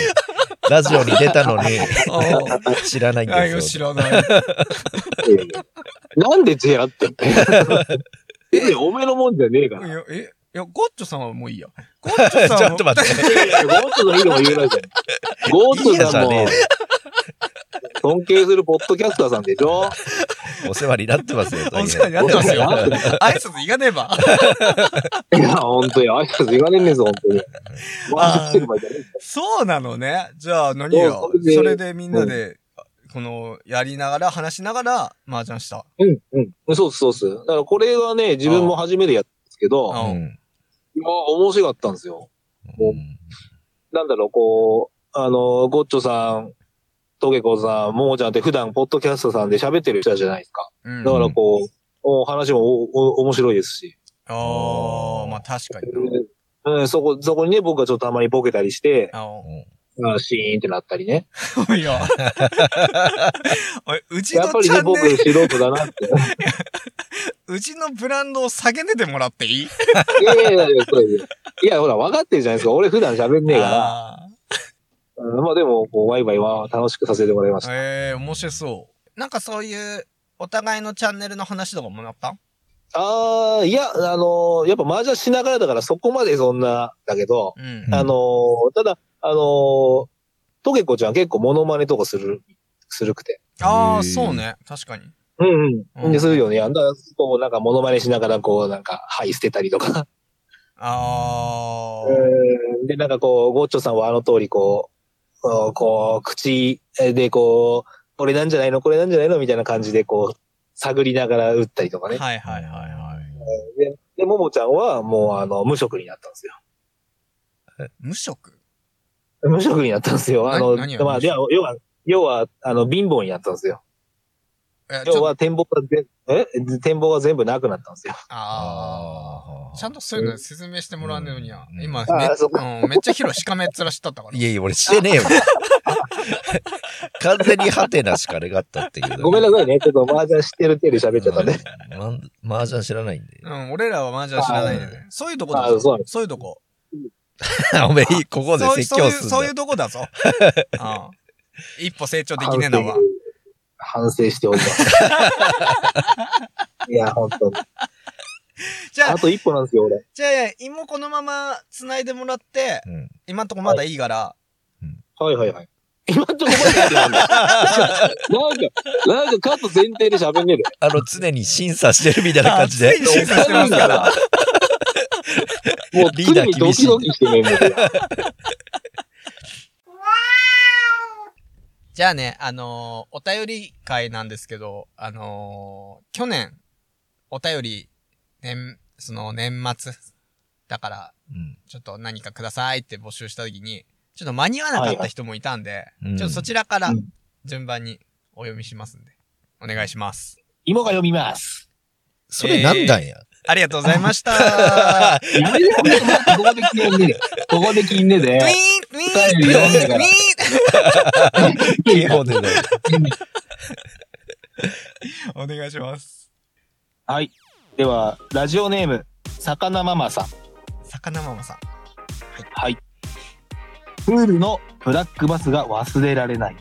[SPEAKER 2] ラジオに出たのに、
[SPEAKER 3] あ
[SPEAKER 2] 知らないん
[SPEAKER 3] ああい
[SPEAKER 2] で
[SPEAKER 3] や
[SPEAKER 2] す
[SPEAKER 3] 知ら
[SPEAKER 2] よ。
[SPEAKER 3] ない。
[SPEAKER 5] いやいやなんで J あってんのいやお前のもんじゃねえから。
[SPEAKER 3] い
[SPEAKER 5] い
[SPEAKER 3] や、え、いや、ゴッチョさんはもういいや。ゴッチョさんは。
[SPEAKER 2] ちょっと待って。
[SPEAKER 5] やいやゴートのいいのも言えないじゃん。ゴー
[SPEAKER 2] いいや
[SPEAKER 5] ト
[SPEAKER 2] じ
[SPEAKER 5] さ
[SPEAKER 2] ゃ
[SPEAKER 5] ん
[SPEAKER 2] ね
[SPEAKER 5] も、尊敬するポッドキャスターさんでしょ
[SPEAKER 2] えよお世話になってますよ、
[SPEAKER 3] お世話になって ますよ。挨拶いかねえば。
[SPEAKER 5] いや、ほんとに、挨拶いかねえんねえぞ、ほんとに。ワンしてる場合じゃねえ
[SPEAKER 3] そうなのね。じゃあ何よ
[SPEAKER 5] そ。うそれで
[SPEAKER 3] それでみんなで、この、やりながら、話しながら、麻雀した。
[SPEAKER 5] うん、うん。そうっす、そうっす。だからこれはね、自分も初めてやったんですけど、
[SPEAKER 3] あ
[SPEAKER 2] うん
[SPEAKER 5] いや面白かったんですよ。
[SPEAKER 2] うん
[SPEAKER 5] なんだろう、こう、あの、ゴッチョさん、トゲコさん、ももちゃんって普段、ポッドキャストさんで喋ってる人じゃないですか。
[SPEAKER 3] うん。
[SPEAKER 5] だ
[SPEAKER 3] あ
[SPEAKER 5] からこう、お話もおお面白いですし、
[SPEAKER 3] あー、まあ確かにな。
[SPEAKER 5] うん、そこ、そこにね、僕がちょっとたまにボケたりして、
[SPEAKER 3] あお
[SPEAKER 5] あシーンってなったりね。
[SPEAKER 3] いや。おいうち
[SPEAKER 5] やっぱ
[SPEAKER 3] の
[SPEAKER 5] り
[SPEAKER 3] チ
[SPEAKER 5] ね、
[SPEAKER 3] ャン
[SPEAKER 5] 僕
[SPEAKER 3] ネル、
[SPEAKER 5] 素人だな って。
[SPEAKER 3] うちのブランドを下げててもらっていい
[SPEAKER 5] いやいやいや、そうですいや、ほら、分かってるじゃないですか。俺普段喋んねえか
[SPEAKER 3] あ
[SPEAKER 5] ら。うんまあでも、こう、ワイワイは楽しくさせてもらいまし
[SPEAKER 3] ー
[SPEAKER 5] た。
[SPEAKER 3] ええ面白そう。なんかそういう、お互いのチャンネルの話とかもらったん
[SPEAKER 5] ああ、いや、あのーやっぱ麻雀しながらだからそこまでそんな、だけど、
[SPEAKER 3] うん。
[SPEAKER 5] あのーただ、あのートゲコちゃん結構モノマネとかする、するくて。
[SPEAKER 3] あ
[SPEAKER 2] へ
[SPEAKER 3] あ、
[SPEAKER 2] ー
[SPEAKER 3] そうね。確かに。
[SPEAKER 5] うん
[SPEAKER 3] う
[SPEAKER 5] うんん。でするよね。あんた、こう、なんか、モノマネしながら、こう、なんか、はい、捨てたりとか。
[SPEAKER 3] あ
[SPEAKER 5] うんで、なんかこう、ゴッチョさんはあの通り、こう、うんこう、口で、こう、これなんじゃないのこれなんじゃないのみたいな感じで、こう、探りながら打ったりとか
[SPEAKER 3] あ、
[SPEAKER 5] ね。
[SPEAKER 3] はいはいはいはい。
[SPEAKER 5] で、でももちゃんは、もう、あの、無職になったんですよ。
[SPEAKER 3] 無職
[SPEAKER 5] 無職になったんですよ。あの、
[SPEAKER 3] 何何が
[SPEAKER 5] まあ、
[SPEAKER 3] 無職
[SPEAKER 5] で要は、要は、あの、貧乏になったんですよ。
[SPEAKER 3] え、ち
[SPEAKER 5] 要
[SPEAKER 3] ょっと、
[SPEAKER 5] は、展望が全、え展望が全部なくなったんですよ。
[SPEAKER 3] ああ。ちゃん
[SPEAKER 2] と。
[SPEAKER 3] とそういうの説明してもらうのには、
[SPEAKER 2] うん
[SPEAKER 3] 今、
[SPEAKER 5] あ
[SPEAKER 3] め
[SPEAKER 5] ーそっ
[SPEAKER 3] うんめっちゃ広しかめっ面しとった から。
[SPEAKER 2] いやいや、俺してねえよ。 完全にハテナしかねがったっていうだけ。
[SPEAKER 5] ごめんな
[SPEAKER 2] さ
[SPEAKER 5] さいね。ちょっと麻雀知ってる手で喋っちゃったね。
[SPEAKER 2] ね。麻雀知らないんで
[SPEAKER 3] う。ん、俺らはマージャン知らないんだよね。そういうとこだ
[SPEAKER 5] あ
[SPEAKER 3] ぞ。
[SPEAKER 5] ーそうなん
[SPEAKER 3] そういうとこ。
[SPEAKER 2] おめえ、ここで
[SPEAKER 3] そう
[SPEAKER 2] 説
[SPEAKER 3] そうい
[SPEAKER 2] 教
[SPEAKER 3] う、
[SPEAKER 2] すん
[SPEAKER 3] そうい
[SPEAKER 2] だ
[SPEAKER 3] う。とこだ ぞ。うん。一歩成長できねえなは。
[SPEAKER 5] 反省しており ます。いや、本当に。
[SPEAKER 3] じゃあ
[SPEAKER 5] あ、と一歩なんですよ、俺。
[SPEAKER 3] じゃあ、今このまま繋いでもらって、
[SPEAKER 2] うん
[SPEAKER 3] 今んとこまだいいから、
[SPEAKER 5] はいはいはい。今んとこまで言ってないんだ。なんか、なんかカット前提で喋んねえで。
[SPEAKER 2] あの、常に審査してるみたいな感じで
[SPEAKER 3] あつい。に審査してますから。
[SPEAKER 5] もう、
[SPEAKER 2] リーダー
[SPEAKER 5] 常にド
[SPEAKER 2] 厳しい
[SPEAKER 5] キドキしてねえんだ よ。
[SPEAKER 3] じゃあね、あのーお便り会なんですけど、あのー去年、お便り、年、その年末、だから、
[SPEAKER 2] うん
[SPEAKER 3] ちょっと何かくださいって募集した時に、ちょっと間に合わなかった人もいたんで、
[SPEAKER 2] うん
[SPEAKER 3] ちょっとそちらから
[SPEAKER 5] うん
[SPEAKER 3] 順番にお読みしますんで、お願いします。
[SPEAKER 5] 芋が読みます。
[SPEAKER 2] それなんだんや。
[SPEAKER 3] ありがとうございました
[SPEAKER 5] やめてくれよ、ここで聞いねえで。ここで聞いねえで
[SPEAKER 3] ウィー。ンウィーンウ
[SPEAKER 5] お便り読んでから
[SPEAKER 3] ィーン
[SPEAKER 2] 基本でね。
[SPEAKER 3] お願いします。
[SPEAKER 5] はい。では、ラジオネーム、魚ママさん。
[SPEAKER 3] 魚ママさん。
[SPEAKER 5] はい。プールのブラックバスが忘れられない。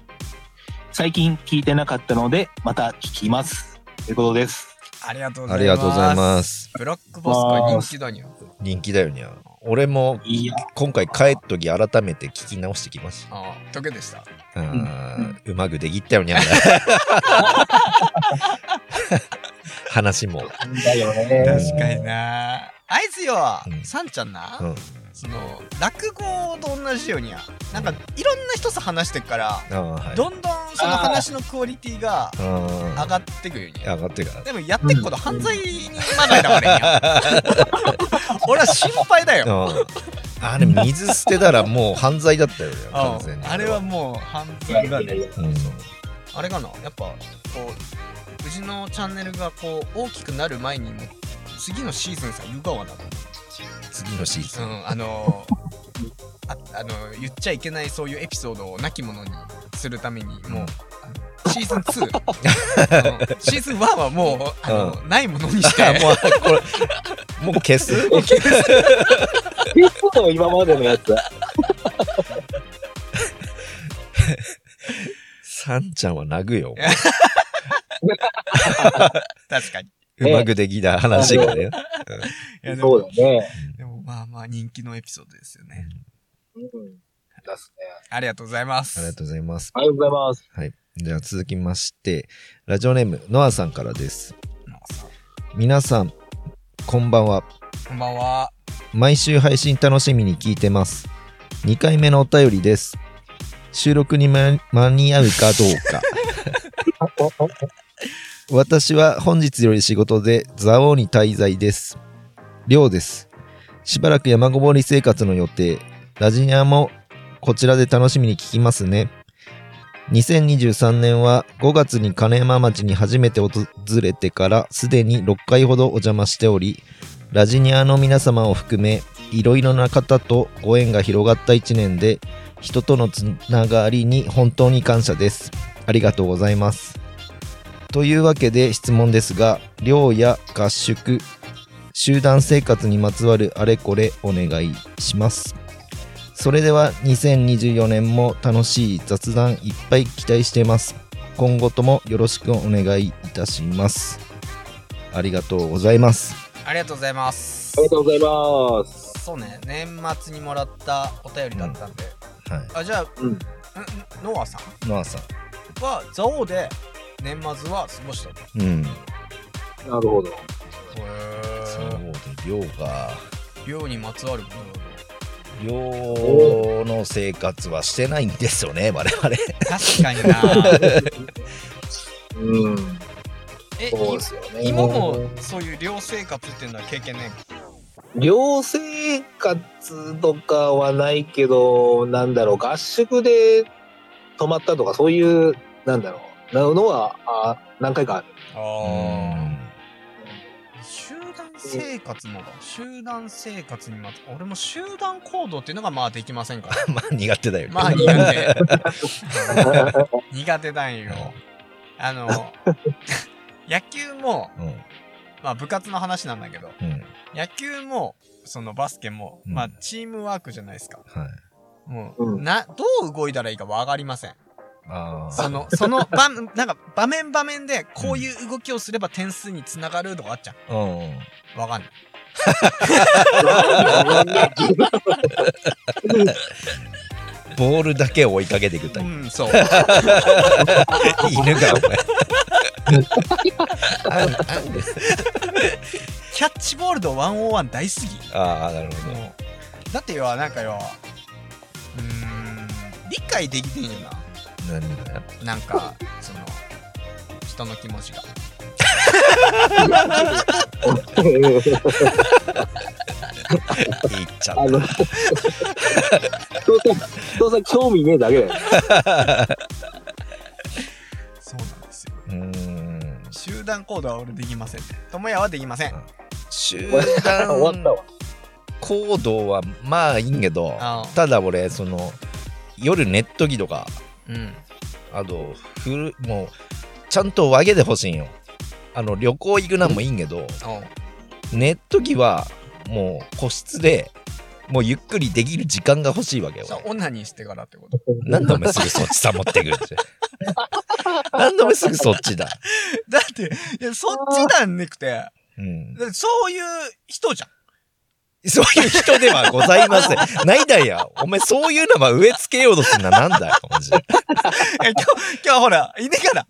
[SPEAKER 5] 最近聞いてなかったので、また聞きます。ということです。
[SPEAKER 3] ありがとうございます。
[SPEAKER 2] ありがとうございま。す。
[SPEAKER 3] ブロックボスが人気だにゃ。
[SPEAKER 2] 人気だよにゃ。俺も
[SPEAKER 5] いや、
[SPEAKER 2] 今回帰っとき改めて聞き直してきまし
[SPEAKER 3] ああ、時計でした。
[SPEAKER 2] た。うーんうまくできったよにゃ。 話も。
[SPEAKER 5] だよね。
[SPEAKER 3] 確かにな。あいつよ
[SPEAKER 2] うん、
[SPEAKER 3] さんちゃんな、
[SPEAKER 2] うん
[SPEAKER 3] その、落語と同じようにゃ。なんか、いろんな人と話してっから、
[SPEAKER 2] ああ、はい。
[SPEAKER 3] どんどんその話のクオリティが上
[SPEAKER 2] あ
[SPEAKER 3] がってくよに
[SPEAKER 2] あ、
[SPEAKER 3] ゃ。
[SPEAKER 2] 上がってるから。
[SPEAKER 3] でも、やってること犯罪にまないだからにゃ。俺は心配だよ。
[SPEAKER 2] うんあれ、水捨てたらもう犯罪だったよね、完全
[SPEAKER 3] うん
[SPEAKER 2] に。
[SPEAKER 3] あれは、もう犯罪だね。
[SPEAKER 2] うん、
[SPEAKER 3] あれかなやっぱこううちのチャンネルがこう大きくなる前にも次のシーズンさ湯川だと
[SPEAKER 2] 次のシーズ
[SPEAKER 3] 思う、うん、あのーああのー言っちゃいけないそういうエピソードをなきものにするためにもうあのシーズン2あのシーズン1はもうあの、ないものにし
[SPEAKER 2] ン。あ
[SPEAKER 3] て
[SPEAKER 2] もう、これ、もう消す
[SPEAKER 5] 結構今までのやつ。
[SPEAKER 2] サンちゃんは殴るよ。
[SPEAKER 3] 確かに
[SPEAKER 2] うまくできた話がね。
[SPEAKER 3] いやで
[SPEAKER 5] そ
[SPEAKER 3] も
[SPEAKER 5] うだね。
[SPEAKER 3] でもまあまあ人気のエピソードですよね
[SPEAKER 5] うん。ですね。
[SPEAKER 3] ありがとうございます
[SPEAKER 2] ありがとうございます。
[SPEAKER 5] ありがとうございます。
[SPEAKER 2] じゃあ続きまして、ラジオネーム、ノアさんからです。
[SPEAKER 3] ノアさん
[SPEAKER 2] 皆さん、こんばんは。
[SPEAKER 3] こんばんは
[SPEAKER 2] 毎週配信楽しみに聞いてます。2回目のお便りです。収録に間間に合うかどうか。私は本日より仕事で蔵王に滞在です。寮です。しばらく山ごもり生活の予定。ラジニアもこちらで楽しみに聞きますね。2023年は5月に金山町に初めて訪れてからすでに6回ほどお邪魔しており、ラジニアの皆様を含め、いろいろな方とご縁が広がった1年で、人とのつながりに本当に感謝です。ありがとうございます。というわけで質問ですが、寮や合宿、集団生活にまつわるあれこれお願いします。それでは2024年も楽しい雑談いっぱい期待しています。今後ともよろしくお願いいたします。ありがとうございます。
[SPEAKER 3] ありがとうございます
[SPEAKER 5] ありがとうございます。
[SPEAKER 3] そうね年末にもらったお便りだったんで、
[SPEAKER 2] は
[SPEAKER 3] あじゃあ、
[SPEAKER 5] うん
[SPEAKER 3] んんノアさん
[SPEAKER 2] い。ノアさ
[SPEAKER 3] は蔵王で年末は過ごしたと
[SPEAKER 2] ん。うん。
[SPEAKER 5] なるほど。
[SPEAKER 2] そう
[SPEAKER 3] へ
[SPEAKER 2] で、寮が、
[SPEAKER 3] え漁にまつわるもの
[SPEAKER 2] 寮の生活はしてないんですよね、我々。
[SPEAKER 3] 確かに な
[SPEAKER 5] うん。
[SPEAKER 3] え
[SPEAKER 5] そうですよね。
[SPEAKER 3] い今もそういう寮生活っていうのは経験ね
[SPEAKER 5] 寮生活とかはないけど、なんだろう、合宿で泊まったとか、そういう、なんだろう、なのは、あ何回かある。
[SPEAKER 3] あ集団生活のか集団生活にまつ俺も集団行動っていうのがまあできませんから
[SPEAKER 2] まあ苦手だよ ね。
[SPEAKER 3] まあ苦手 苦手だよあ の野球も
[SPEAKER 2] うん。
[SPEAKER 3] まあ部活の話なんだけど
[SPEAKER 2] うん。
[SPEAKER 3] 野球もそのバスケも、
[SPEAKER 2] うん
[SPEAKER 3] まあチームワークじゃないですか
[SPEAKER 2] はい。
[SPEAKER 3] もう、
[SPEAKER 5] うん
[SPEAKER 3] などう動いたらいいか分かりません
[SPEAKER 2] あ
[SPEAKER 3] そのその場なんか場面場面でこういう動きをすれば点数につながるとかあっちゃ
[SPEAKER 2] あ。うん。
[SPEAKER 3] う分かんない
[SPEAKER 2] ボールだけを追いかけていくタイ
[SPEAKER 3] うん そう
[SPEAKER 2] プ。犬が、お前。 あんあん
[SPEAKER 3] キャッチボールとワンオンワン大すぎ
[SPEAKER 2] ああ、なるほど。
[SPEAKER 3] もうだってよなんかようーん理解できてんよ
[SPEAKER 2] 何が
[SPEAKER 3] ななんかその人の気持ちが
[SPEAKER 2] 言っちゃ
[SPEAKER 5] あ
[SPEAKER 2] っ
[SPEAKER 5] の、人さ、人さ、興味ねえだけだよ。
[SPEAKER 3] そうなんですよ
[SPEAKER 2] た。うーん。
[SPEAKER 3] 集団行動は俺できませんね友也はできません
[SPEAKER 2] 集
[SPEAKER 5] 終わった
[SPEAKER 2] 団
[SPEAKER 5] わ。
[SPEAKER 2] 行動はまあいいんけど
[SPEAKER 3] ああ、
[SPEAKER 2] ただ俺、その、夜寝っときとか、
[SPEAKER 3] うん
[SPEAKER 2] あと、ふる、もう、ちゃんと分けてほしいんよ。あの、旅行行くなんもいいんけど、寝っ時は、もう個室で、もうゆっくりできる時間が欲しいわけよ。
[SPEAKER 3] そうオナニーしてからってこと
[SPEAKER 2] 何度もすぐそっちさ持ってくるって。何度もすぐそっちだ。
[SPEAKER 3] だっていやそっちなんなくてだ
[SPEAKER 2] うん。
[SPEAKER 3] ってそういう人じゃん
[SPEAKER 2] そういう人ではございません。ないだや。お前そういうのは植え付けようとするのはなんだよ、マジで。
[SPEAKER 3] いや今日今日ほらいねえ から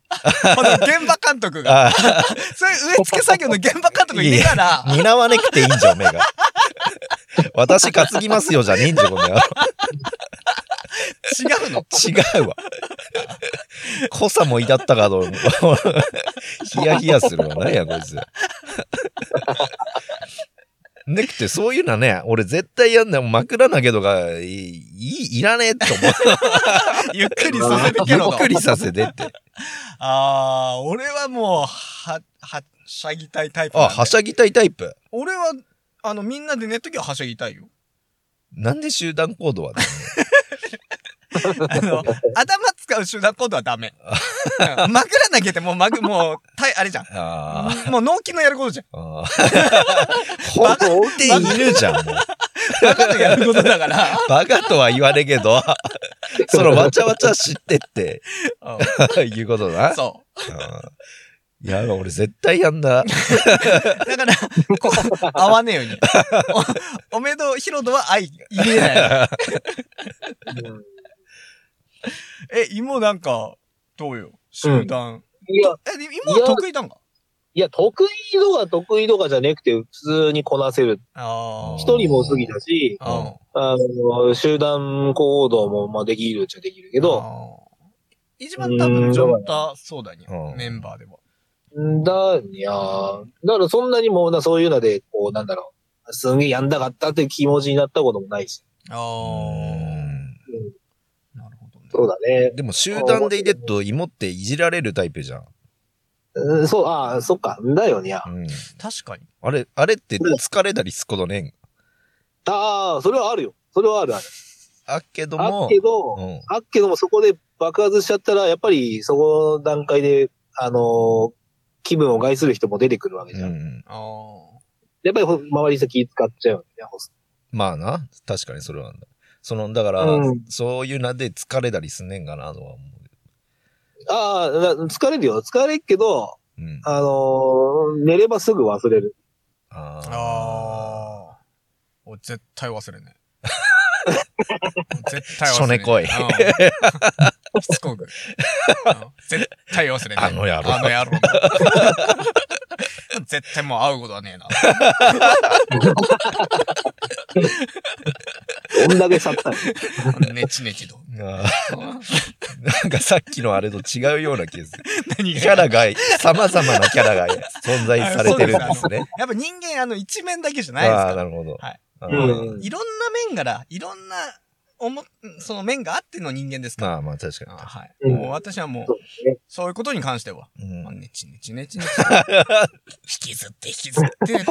[SPEAKER 3] この現場監督が
[SPEAKER 2] あ
[SPEAKER 3] そういう植え付け作業の現場監督いねえから
[SPEAKER 2] あ、担わなくていいんじゃん、おめえが。私担ぎますよじゃねえんじゃん、この野郎
[SPEAKER 3] 違うの
[SPEAKER 2] 違うわ。濃さもいだったかと思う。ヒヤヒヤするわ。何や、こいつ。ねくて、そういうのはね、俺絶対やんない。枕投げとか、いい、いらねえって思う。
[SPEAKER 3] ゆっくりさせてけ
[SPEAKER 2] ゆ
[SPEAKER 3] ろ
[SPEAKER 2] っ
[SPEAKER 3] と
[SPEAKER 2] くりさせてって。
[SPEAKER 3] ああ俺はもうははしゃぎたいタイプなん
[SPEAKER 2] あ、
[SPEAKER 3] で
[SPEAKER 2] はしゃぎたいタイプ。
[SPEAKER 3] 俺はあのみんなで寝るときははしゃぎたい よ
[SPEAKER 2] なんで集団行動はね。
[SPEAKER 3] あの、頭使う集団行動はダ メ。うん枕投げてもう、まぐ、もう、たい、あれじゃん。
[SPEAKER 2] あ
[SPEAKER 3] もう、脳筋のやることじゃん。
[SPEAKER 2] あ。ああほって犬じゃん、もう。
[SPEAKER 3] バカのやることだ から。
[SPEAKER 2] バカとは言わねえけど、そのわちゃわちゃ知ってって、いうことだな。
[SPEAKER 3] そ
[SPEAKER 2] うんいや、俺絶対やんな。
[SPEAKER 3] う。だから、こう、合わねえように。お、おめど、ヒロドは愛、言え ない。え、芋なんか、どうよ。集団。
[SPEAKER 5] いや、
[SPEAKER 3] え、で芋は得意なんか
[SPEAKER 5] いや、得意度が得意度がじゃねくて、普通にこなせる。
[SPEAKER 3] あ
[SPEAKER 5] 一人も過ぎだし、
[SPEAKER 3] あ。うん。
[SPEAKER 5] あの、集団行動も、まあ、できるっちゃできるけど、
[SPEAKER 3] あー一番多分、ジョンタ、そうだに
[SPEAKER 2] う、ん
[SPEAKER 3] メンバーでは。
[SPEAKER 5] んだ、いやーだからそんなにもうな、そういうので、こう、なんだろう、すんげえやんなかったって気持ちになったこともないし。
[SPEAKER 3] あ
[SPEAKER 2] う
[SPEAKER 3] あ。
[SPEAKER 2] ん
[SPEAKER 3] なるほどね。
[SPEAKER 5] そうだね。
[SPEAKER 2] でも集団でいてっと芋っていじられるタイプじゃん。
[SPEAKER 5] うん、そう、ああ、そっか、んだよね。
[SPEAKER 2] うん
[SPEAKER 3] 確かに。
[SPEAKER 2] あれ、あれって疲れたりすっことねえん
[SPEAKER 5] ああ、それはあるよ。それはあるある。
[SPEAKER 2] あっけど
[SPEAKER 5] あっ
[SPEAKER 2] も
[SPEAKER 5] け、ど、
[SPEAKER 2] うん
[SPEAKER 5] あっけどもそこで爆発しちゃったら、やっぱりそこの段階で、あのー気分を害する人も出てくるわけじ
[SPEAKER 2] う
[SPEAKER 5] ゃん。
[SPEAKER 2] ん。
[SPEAKER 3] ああ。
[SPEAKER 5] やっぱりほ周り先使っちゃうよね、ホス
[SPEAKER 2] まあな、確かにそれはなんだ。その、だから
[SPEAKER 5] うん、
[SPEAKER 2] そういうなで疲れたりすんねんかなとは思
[SPEAKER 5] ああ、な疲れるよ。疲れるけど、
[SPEAKER 2] う。うん。
[SPEAKER 5] あのー寝ればすぐ忘れる。
[SPEAKER 2] あ
[SPEAKER 3] ああ。俺絶対忘れ ねえ。絶対忘れねえ。
[SPEAKER 2] しょねこい
[SPEAKER 3] うんしつこく。うん絶対忘れねえ。
[SPEAKER 2] あの野郎
[SPEAKER 3] あの野郎。絶対もう会うことはねえな。
[SPEAKER 5] どんだけ去ったの
[SPEAKER 3] ねちねちと。
[SPEAKER 2] ーあー。 なんかさっきのあれと違うような気がする。
[SPEAKER 3] 何
[SPEAKER 2] キ
[SPEAKER 3] が
[SPEAKER 2] ャラが、様々なキャラが存在されてるんですね。
[SPEAKER 3] やっぱ人間あの一面だけじゃないです
[SPEAKER 2] ああー、
[SPEAKER 3] か
[SPEAKER 2] なるほど。
[SPEAKER 3] はい
[SPEAKER 2] あ
[SPEAKER 5] う
[SPEAKER 2] ー
[SPEAKER 5] ん
[SPEAKER 3] ら。いろんな面から、いろんな、おも、その面があっての人間ですから。
[SPEAKER 2] まあまあ、確
[SPEAKER 3] あ
[SPEAKER 2] か
[SPEAKER 3] はい。
[SPEAKER 5] うん
[SPEAKER 3] もう私はもう
[SPEAKER 5] そうですね、
[SPEAKER 3] そういうことに関しては、
[SPEAKER 2] に。うん
[SPEAKER 3] まあ、ねちねちねちねち。引きずって引きずって。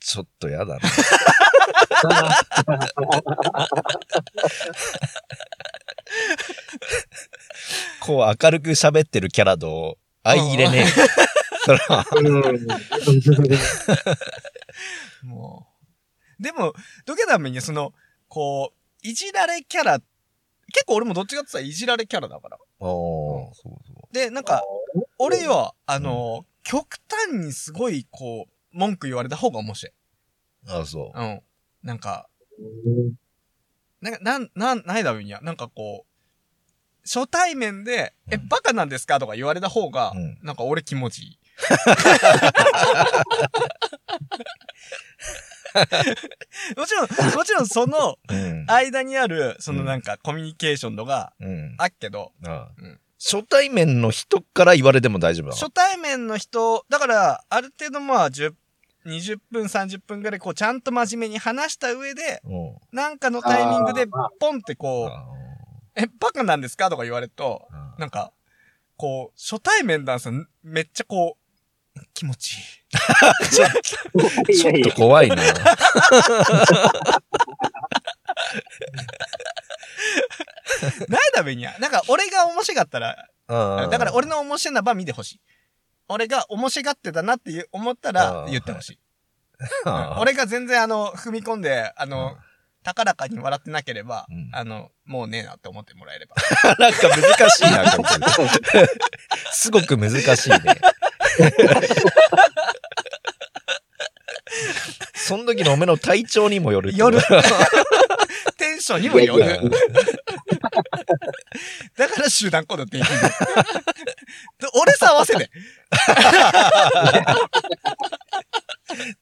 [SPEAKER 2] ちょっとやだな。こう明るく喋ってるキャラと相入れねえ。それは
[SPEAKER 5] うん。
[SPEAKER 3] もう。でも、どけためにその、こう、いじられキャラ、結構俺もどっちかって言ったらいじられキャラだから。
[SPEAKER 2] おー、そうそ
[SPEAKER 3] で、なんか、俺よ、あの、極端にすごい、こう、文句言われた方が面白い。
[SPEAKER 2] う。あそ
[SPEAKER 3] うん。なんか、なんか、なん、なん、ないだろうにゃ。なんかこう、初対面で、え、バカなんですかとか言われた方が、
[SPEAKER 2] うん
[SPEAKER 3] なんか俺気持ち いい。もちろん、もちろんその
[SPEAKER 2] う。うん。
[SPEAKER 3] 間にある、その
[SPEAKER 2] うん
[SPEAKER 3] なんかコミュニケーションとか、
[SPEAKER 2] うん。
[SPEAKER 3] あっけど、
[SPEAKER 2] ああ
[SPEAKER 3] うん
[SPEAKER 2] 初対面の人から言われても大丈夫な
[SPEAKER 3] 初対面の人、だから、ある程度まあ、10、20分、30分ぐらい、こう、ちゃんと真面目に話した上で、
[SPEAKER 2] の
[SPEAKER 3] なんかのタイミングで、ポンって
[SPEAKER 2] うん。
[SPEAKER 3] こう、
[SPEAKER 2] あ
[SPEAKER 3] え、バカなんですかとか言われると、
[SPEAKER 2] あ
[SPEAKER 3] なんか、こう、初対面なんですよ。めっちゃこう、気持ちいい。
[SPEAKER 5] い
[SPEAKER 2] ちょ
[SPEAKER 5] やい
[SPEAKER 2] っと
[SPEAKER 5] や、
[SPEAKER 2] 怖 いな。
[SPEAKER 3] ないだべにゃ。なんか、俺が面白かったら、
[SPEAKER 2] あ
[SPEAKER 3] だ
[SPEAKER 2] ー
[SPEAKER 3] から、俺の面白いな場見てほしい。俺が面白がってたなっていう思ったら
[SPEAKER 2] あー
[SPEAKER 3] 言ってほしい。
[SPEAKER 2] あー
[SPEAKER 3] 俺が全然あの、踏み込んで、あの、高らかに笑ってなければ、
[SPEAKER 2] うん
[SPEAKER 3] あの、もうねえなって思ってもらえれば。
[SPEAKER 2] なんか難しいな、これすごく難しいね。 その時のおめの体調にもよるっていう。
[SPEAKER 3] 夜 テンションにもよ
[SPEAKER 5] いやい
[SPEAKER 3] る。だから集団行動って言うんだ 俺さ合わせて。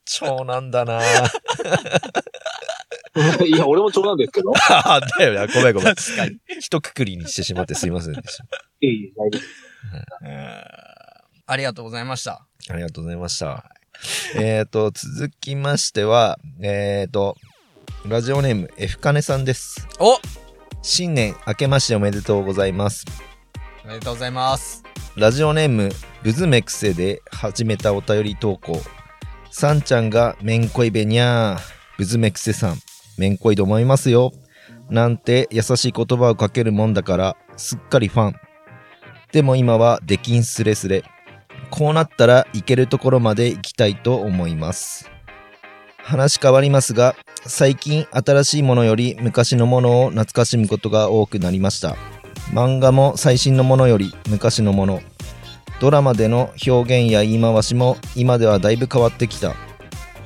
[SPEAKER 2] 長男だな
[SPEAKER 5] いや、俺も長男ですけど。
[SPEAKER 2] あーだよな、ごめんごめん。
[SPEAKER 3] 確かに。
[SPEAKER 2] 一括りにしてしまってすいませんでし
[SPEAKER 5] いいい大丈夫
[SPEAKER 3] ありがとうございました。
[SPEAKER 2] た。ありがとうございました。えっと、続きましては、えっ、と、ラジオネーム F カネさんです。
[SPEAKER 3] お
[SPEAKER 2] 新年明けましておめでとうございます。
[SPEAKER 3] おめでとうございます。
[SPEAKER 2] ラジオネームブズメクセで始めたお便り投稿さんちゃんがめんこいべにゃーブズメクセさんめんこいと思いますよなんて優しい言葉をかけるもんだからすっかりファンでも今は出禁スレスレこうなったら行けるところまで行きたいと思います話変わりますが最近新しいものより昔のものを懐かしむことが多くなりました漫画も最新のものより昔のものドラマでの表現や言い回しも今ではだいぶ変わってきた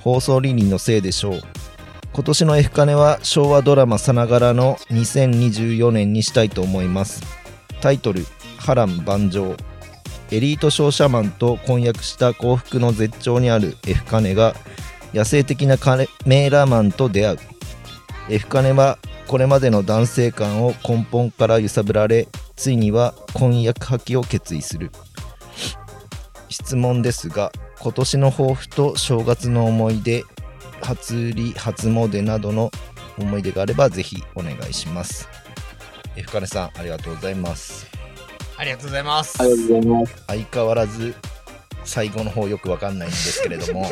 [SPEAKER 2] 放送倫理のせいでしょう今年の F カネは昭和ドラマさながらの2024年にしたいと思いますタイトル「波乱万丈」エリート商社マンと婚約した幸福の絶頂にある F カネが野生的なカレメーラーマンと出会う F カネはこれまでの男性観を根本から揺さぶられついには婚約破棄を決意する質問ですが今年の抱負と正月の思い出初売り初詣などの思い出があればぜひお願いしますえ深根さんありがとうございます
[SPEAKER 3] ありがとうございます。
[SPEAKER 5] ありがとうございます。
[SPEAKER 2] 相変わらず最後の方よくわかんないんですけれども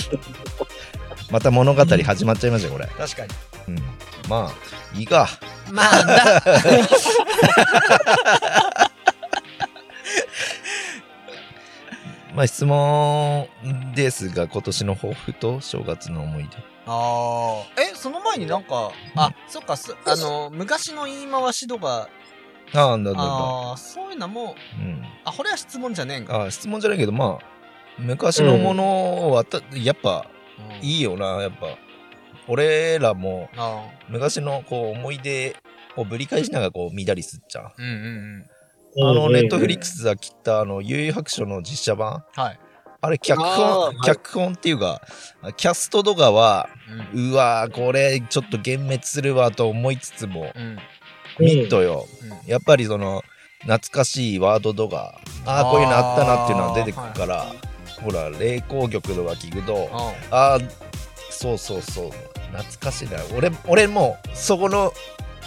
[SPEAKER 2] また物語始まっちゃいましたよこれ、
[SPEAKER 3] 確かに。
[SPEAKER 2] うん、まあいいか
[SPEAKER 3] まあな。
[SPEAKER 2] まあ質問ですが今年の抱負と正月の思い出
[SPEAKER 3] ああ。え、その前になんか、あ、そっか、すあの、昔の言い回しとか、
[SPEAKER 2] ああなんだなんだ
[SPEAKER 3] ああ、そういうのも、
[SPEAKER 2] うん
[SPEAKER 3] あ、これは質問じゃねえんか。
[SPEAKER 2] あ質問じゃないけどまあ昔のものはた、やっぱ
[SPEAKER 3] い。
[SPEAKER 2] いいよなやっぱ俺らも
[SPEAKER 3] あ
[SPEAKER 2] 昔のこう思い出をぶり返しながらこう見たりすっちゃ
[SPEAKER 3] ーうんうんうん。
[SPEAKER 2] うあのネットフ
[SPEAKER 5] リ
[SPEAKER 2] リックスが切ったあの「幽遊白書」の実写版
[SPEAKER 3] はい。
[SPEAKER 2] あれ脚
[SPEAKER 5] あ
[SPEAKER 2] 本
[SPEAKER 5] ー
[SPEAKER 2] 脚本っていうかキャストとかは
[SPEAKER 3] うん。
[SPEAKER 2] うわーこれちょっと幻滅するわと思いつつも
[SPEAKER 3] うん。
[SPEAKER 2] 見っとよ、
[SPEAKER 3] うん
[SPEAKER 2] やっぱりその懐かしいワードとかああこういうのあったなっていうのは出てくるから、ほら霊光玉とか聞くと
[SPEAKER 3] あ
[SPEAKER 2] ああそうそうそう懐かしいな俺俺もそこの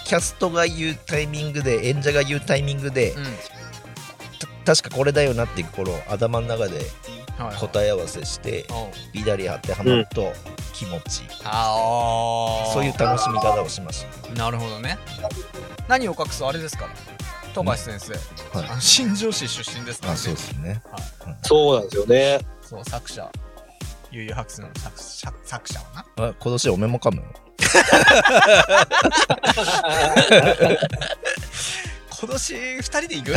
[SPEAKER 2] キャストが言うタイミングで演者が言うタイミングで、
[SPEAKER 3] ーうん。
[SPEAKER 2] た確かこれだよなっていう頃頭の中で
[SPEAKER 3] はい。
[SPEAKER 2] 答え合わせして
[SPEAKER 3] あー
[SPEAKER 2] ビダリ張ってハマると気持ちいい、
[SPEAKER 3] あー。
[SPEAKER 2] そういう楽しみ方をしまし
[SPEAKER 3] なるほどね。何を隠すあれですから。富樫先生、
[SPEAKER 2] た、はい
[SPEAKER 3] あの新庄市出身ですから
[SPEAKER 2] あ
[SPEAKER 3] ね。
[SPEAKER 2] そうですね
[SPEAKER 5] そうなんですよね。
[SPEAKER 3] そう作者、悠々白書の作者作者はな。
[SPEAKER 2] あ今年おめもかむよ
[SPEAKER 3] 今年二人で行く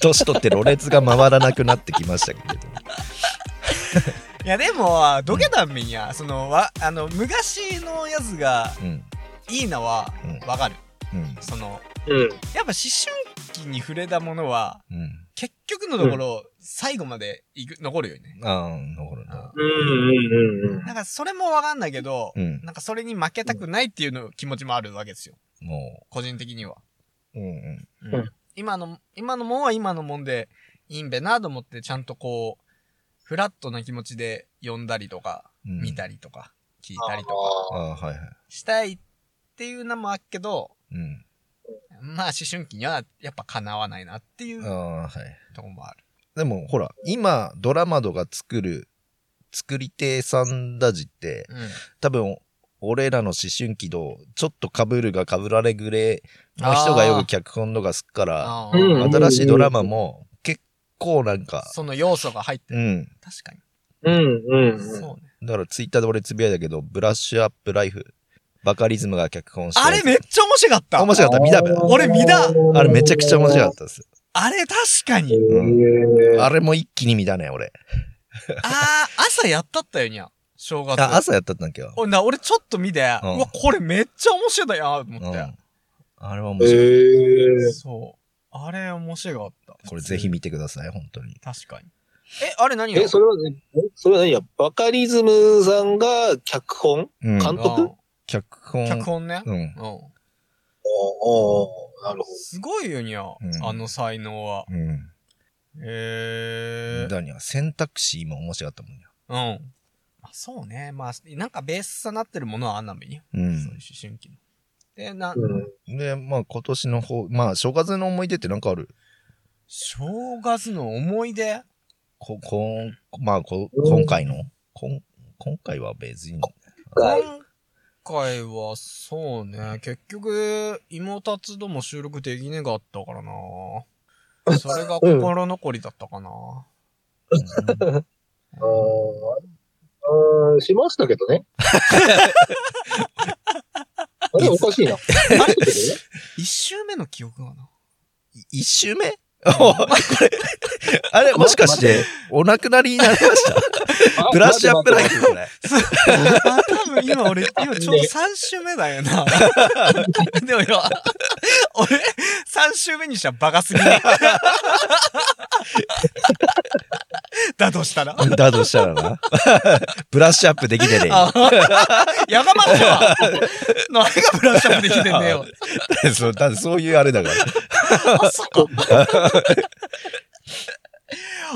[SPEAKER 2] 年取ってろれつが回らなくなってきましたけれども
[SPEAKER 3] いやでも、どけたんめにゃ、その、わあの、昔のやつが
[SPEAKER 2] うん
[SPEAKER 3] いいのは
[SPEAKER 2] うん
[SPEAKER 3] わかる。
[SPEAKER 2] うん
[SPEAKER 3] その、
[SPEAKER 5] うん。
[SPEAKER 3] やっぱ思春期に触れたものは、
[SPEAKER 2] うん
[SPEAKER 3] 結局のところ、最後まで行く残るよね。
[SPEAKER 2] ああなるほどな
[SPEAKER 5] うんうんうんうん。
[SPEAKER 3] なんかそれもわかんないけど、
[SPEAKER 2] うん
[SPEAKER 3] なんかそれに負けたくないっていうの気持ちもあるわけですよ。
[SPEAKER 2] も
[SPEAKER 3] 個人的には。
[SPEAKER 2] ううんうん
[SPEAKER 5] うん
[SPEAKER 3] 今の、今のもんは今のもんでいいんべなと思って、ちゃんとこう、フラットな気持ちで読んだりとか、
[SPEAKER 2] うん
[SPEAKER 3] 見たりとか、聞いたりとか、
[SPEAKER 5] あ
[SPEAKER 2] ああはいはい
[SPEAKER 3] したいっていうのもあっけど、
[SPEAKER 2] うん
[SPEAKER 3] まあ思春期にはやっぱ叶わないなっていう
[SPEAKER 2] ああーはい
[SPEAKER 3] とこもある。
[SPEAKER 2] でもほら今ドラマとか作る作り手さんたちって
[SPEAKER 3] うん。
[SPEAKER 2] 多分俺らの思春期と、ちょっと被るが被られぐれの人がよく脚本とかすっから、
[SPEAKER 3] あ
[SPEAKER 5] う
[SPEAKER 3] ー
[SPEAKER 5] んうん
[SPEAKER 2] 新しいドラマも結構なんか、
[SPEAKER 3] その要素が入って
[SPEAKER 2] う
[SPEAKER 3] る。
[SPEAKER 2] ん。
[SPEAKER 3] 確かに。
[SPEAKER 5] うんうん。
[SPEAKER 3] そうね。
[SPEAKER 2] だからツイッターで俺つぶやいたけど、ブラッシュアップライフ、バカリズムが脚本して
[SPEAKER 3] あれめっちゃ面白かった。
[SPEAKER 2] 面白かった。見た目。
[SPEAKER 3] 俺見た
[SPEAKER 2] あれめちゃくちゃ面白か
[SPEAKER 5] っ
[SPEAKER 2] ったです。
[SPEAKER 3] あれ確か
[SPEAKER 5] た
[SPEAKER 3] に。
[SPEAKER 5] うん
[SPEAKER 2] あれも一気に見たね、俺。
[SPEAKER 3] ああ、朝やったったよにゃ。正月。
[SPEAKER 2] あ朝やったんだっけど。
[SPEAKER 3] おな俺ちょっと見て、う
[SPEAKER 2] うん
[SPEAKER 3] わ、これめっちゃ面白いなと思
[SPEAKER 2] う
[SPEAKER 3] っ
[SPEAKER 2] ん。
[SPEAKER 3] て、
[SPEAKER 2] あれは面
[SPEAKER 5] へ
[SPEAKER 2] 白い。
[SPEAKER 5] ー
[SPEAKER 3] そう。あれ面白かった。
[SPEAKER 2] これぜひ見てください、本当に。
[SPEAKER 3] 確かに。え、あれ何が
[SPEAKER 5] え、それはね、それは何や、バカリズムさんが脚本
[SPEAKER 2] うん。
[SPEAKER 5] 監督
[SPEAKER 3] うん
[SPEAKER 2] 脚本。
[SPEAKER 3] 脚本ね。
[SPEAKER 2] うん。
[SPEAKER 3] うん。
[SPEAKER 5] おーおーなるほ
[SPEAKER 3] すごいよにゃ、
[SPEAKER 2] ん
[SPEAKER 3] あの才能は。
[SPEAKER 2] うん。
[SPEAKER 3] えー。
[SPEAKER 2] だには選択肢も面白かったもんね。
[SPEAKER 3] うん。あそうね。まあ、なんかベースさなってるものはあんなめにゃ。
[SPEAKER 2] う。
[SPEAKER 3] そういうん思春期の。で、な、
[SPEAKER 5] ど。うん
[SPEAKER 2] で、まあ今年の方、まあ正月の思い出ってなんかある
[SPEAKER 3] 正月の思い出
[SPEAKER 2] こ、こん、まあこ、今回のこん、今回は別に。
[SPEAKER 5] はい
[SPEAKER 3] 今回はそうね、結局、芋たつども収録できねかったから な。それが心残りだったかな。
[SPEAKER 2] うん
[SPEAKER 5] あーあーしましたけど ね。あれおかしいな。あれ
[SPEAKER 3] 一周目の記憶がな。
[SPEAKER 2] い一周目 おいこれあれ、もしかして、お亡くなりになりました ブラッシュアップライ
[SPEAKER 5] イ
[SPEAKER 2] フこれ。
[SPEAKER 3] あ、多分今俺、今ちょうど3周目だよな。 でもよ、 俺、3周目にしたらバカすぎる。 だとしたら。
[SPEAKER 2] だとしたらな。 ブラッシュアップできてね
[SPEAKER 3] あやがまっちゃ何がブラッシュアップできてんだよ。
[SPEAKER 2] え。そう、だってそういうあれだから。
[SPEAKER 3] あそこ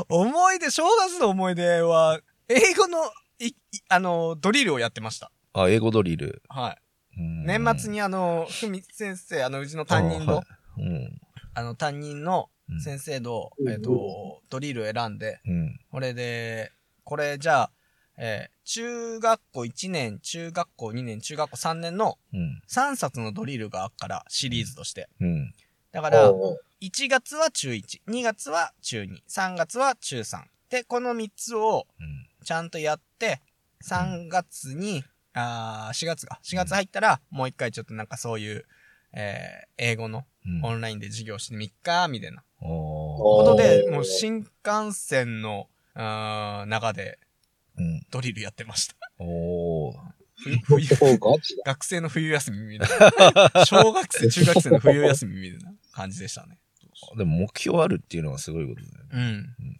[SPEAKER 3] 思い出、正月の思い出は、英語の、い、いあの、ドリルをやってました。
[SPEAKER 2] あ、英語ドリル。
[SPEAKER 3] はい。
[SPEAKER 2] うん
[SPEAKER 3] 年末。にあの、ふみ先生、あの、うちの担任
[SPEAKER 2] あ
[SPEAKER 3] の
[SPEAKER 2] は、うん。
[SPEAKER 3] あの、担任の
[SPEAKER 2] うん
[SPEAKER 3] 先生の
[SPEAKER 5] う、ん
[SPEAKER 3] えっと、ドリルを選んで、
[SPEAKER 2] うん。
[SPEAKER 3] これで、これじゃあ、えー中学校1年、中学校2年、中学校3年の
[SPEAKER 2] うん。
[SPEAKER 3] 3冊のドリルがあっから、シリーズとして。
[SPEAKER 2] うん。
[SPEAKER 3] だか、
[SPEAKER 5] からう
[SPEAKER 3] 1月は中1、2月は中2、3月は中3。で、この3つを
[SPEAKER 2] うん
[SPEAKER 3] ちゃんとやって、3月に、あー4月が、4月入ったら、もう一回ちょっとなんかそういう、えー、英語の
[SPEAKER 2] うん。
[SPEAKER 3] オンラインで授業してみっか、みたいな
[SPEAKER 2] おー
[SPEAKER 3] ことで、
[SPEAKER 5] おー
[SPEAKER 3] もう新幹線の、あー中で
[SPEAKER 2] うん。
[SPEAKER 3] ドリルやってました。
[SPEAKER 2] おー
[SPEAKER 3] 冬、冬、
[SPEAKER 5] ん。ガチだ。
[SPEAKER 3] 学生の冬休みみたいな。 小学生、中学生の冬休みみたいな感じでしたね。
[SPEAKER 2] でも目標あるっていうのはすごいことだよね。
[SPEAKER 3] うん
[SPEAKER 2] うん。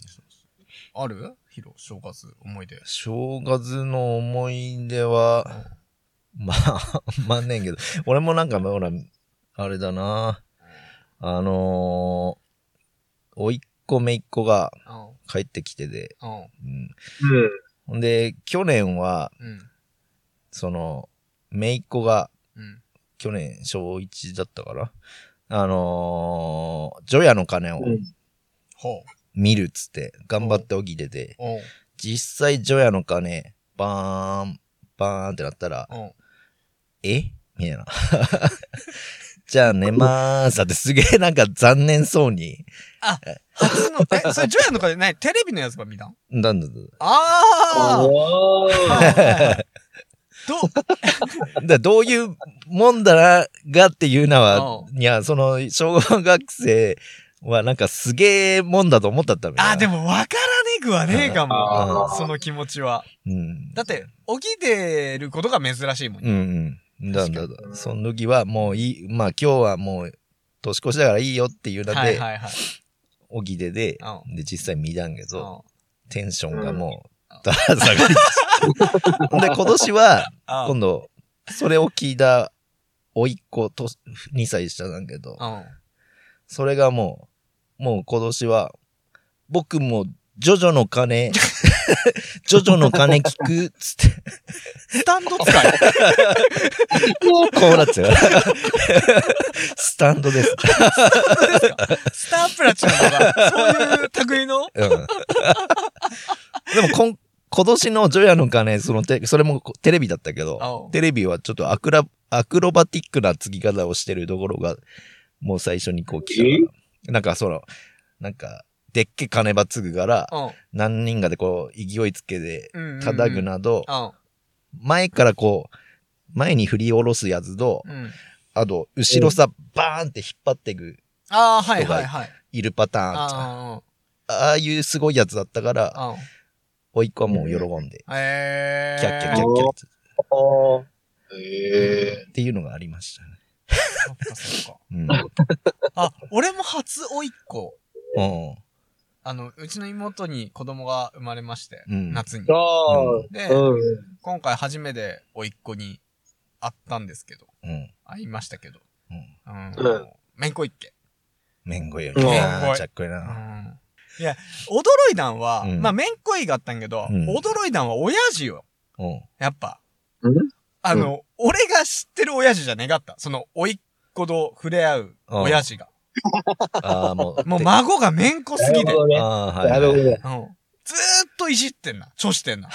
[SPEAKER 3] あるヒロ、正月、思い出。
[SPEAKER 2] 正月の思い出は、まあ、 まあねんけど、俺もなんか、ほら、あれだな。あのー、おいっ子めいっ子が
[SPEAKER 3] うん。
[SPEAKER 2] 帰ってきてで、
[SPEAKER 3] うん。
[SPEAKER 2] うん。
[SPEAKER 5] うん。
[SPEAKER 2] ほんで、去年は、
[SPEAKER 3] うん。
[SPEAKER 2] その、めいっ子が、
[SPEAKER 3] うん。
[SPEAKER 2] 去年、小1だったから、あのー、ジョヤの鐘を
[SPEAKER 5] うん
[SPEAKER 3] ほう。
[SPEAKER 2] 見るっつって、頑張って起きてて、
[SPEAKER 3] おう。
[SPEAKER 2] 実際、ジョヤの鐘、バーン、バーンってなったら、
[SPEAKER 3] おう。
[SPEAKER 2] えみたいな。 じゃあ寝まーす。だってすげえなんか残念そうに。
[SPEAKER 3] 初の、え、それ、ジョヤのかでないテレビのやつが見たん
[SPEAKER 2] なんだだだ
[SPEAKER 3] あー
[SPEAKER 5] あ
[SPEAKER 3] はいはいはいどう
[SPEAKER 2] からどういうもんだな、がっていうのは、
[SPEAKER 3] う
[SPEAKER 2] いや、その、小学生はなんかすげえもんだと思ったったみたいな。
[SPEAKER 3] あ、で
[SPEAKER 2] も。
[SPEAKER 3] も、わからねえくはねえかも。
[SPEAKER 5] あー
[SPEAKER 3] その気持ちは。
[SPEAKER 2] うん。
[SPEAKER 3] だって、起きてることが珍しいもん
[SPEAKER 2] う
[SPEAKER 3] ね。
[SPEAKER 2] んうん。だ
[SPEAKER 3] 確
[SPEAKER 2] だ
[SPEAKER 3] か
[SPEAKER 2] だ。その時はもういい、まあ今日はもう年越しだからいいよっていうの
[SPEAKER 3] はい
[SPEAKER 2] で、
[SPEAKER 3] はいはい。
[SPEAKER 2] 起きてで
[SPEAKER 3] う、
[SPEAKER 2] で実際見たんけど、
[SPEAKER 3] うん
[SPEAKER 2] テンションがもう、だら下がりました。 で、今年は、
[SPEAKER 3] あー
[SPEAKER 2] 今度、それを聞いた、甥っ子と、2歳下なんだけど、
[SPEAKER 3] うん。
[SPEAKER 2] それがもう、もう今年は、僕も、ジョジョの鐘、ジョジョの鐘聞く、つって、
[SPEAKER 3] スタン ド使い。
[SPEAKER 2] こうなっちゃう。スタンドです。
[SPEAKER 3] スタープラチナとか、そういう類の
[SPEAKER 2] うん。でも、こん、今年のジョヤの鐘、そのテ、それもこテレビだったけど
[SPEAKER 3] お、う
[SPEAKER 2] テレビはちょっとアクラ、アクロバティックな継ぎ方をしてるところが、もう最初にこう来た。なんかその、なんか、でっけ鐘ば継ぐから、
[SPEAKER 3] うん
[SPEAKER 2] 何人かでこう、勢いつけて、
[SPEAKER 3] うんうん。
[SPEAKER 2] 叩くなど、
[SPEAKER 3] うん。
[SPEAKER 2] 前からこう、前に振り下ろすやつと、
[SPEAKER 3] うん。
[SPEAKER 2] あと、後ろさ、バーンって引っ張ってく、
[SPEAKER 3] ああ、はいはいはい。
[SPEAKER 2] いるパターンあるじゃん。
[SPEAKER 3] あ
[SPEAKER 2] ああいうすごいやつだったから、
[SPEAKER 3] あ、うん。
[SPEAKER 2] おいっ子はもう喜んで、
[SPEAKER 3] ええ。
[SPEAKER 2] キャッキャキャッキャって
[SPEAKER 5] おー
[SPEAKER 4] ええ
[SPEAKER 2] っていうのがありましたね。
[SPEAKER 3] そっかそっか。
[SPEAKER 2] うん。
[SPEAKER 3] あ、俺も初甥っ子。
[SPEAKER 2] うん
[SPEAKER 3] あの、うちの妹に子供が生まれまして、
[SPEAKER 2] うん
[SPEAKER 3] 夏に。
[SPEAKER 5] あ
[SPEAKER 3] で
[SPEAKER 5] ー、うん。
[SPEAKER 3] 今回初めて甥っ子に会ったんですけど、
[SPEAKER 2] うん。
[SPEAKER 3] 会いましたけど。
[SPEAKER 2] うん。
[SPEAKER 3] うん
[SPEAKER 5] うん。
[SPEAKER 3] めんこいっけ。
[SPEAKER 2] めんごいより
[SPEAKER 5] うん
[SPEAKER 3] めん
[SPEAKER 2] な
[SPEAKER 3] ごい
[SPEAKER 2] ちゃっこいな。
[SPEAKER 3] いや、驚いたんは、
[SPEAKER 2] うん
[SPEAKER 3] まあ、めんこいがあったんけど、
[SPEAKER 2] うん
[SPEAKER 3] 驚いたんは親父よ。
[SPEAKER 2] うん。
[SPEAKER 3] やっぱ。
[SPEAKER 5] ん
[SPEAKER 3] あの、俺が知ってる親父じゃねがった。その、甥っ子と触れ合う親父が。
[SPEAKER 2] ああ、 もう。
[SPEAKER 3] もう孫がめんこすぎ
[SPEAKER 5] な
[SPEAKER 3] て
[SPEAKER 5] る。ほどね。
[SPEAKER 2] ああ、はい。
[SPEAKER 5] なるほど。
[SPEAKER 3] うんずーっといじってんな。ちょしてんな。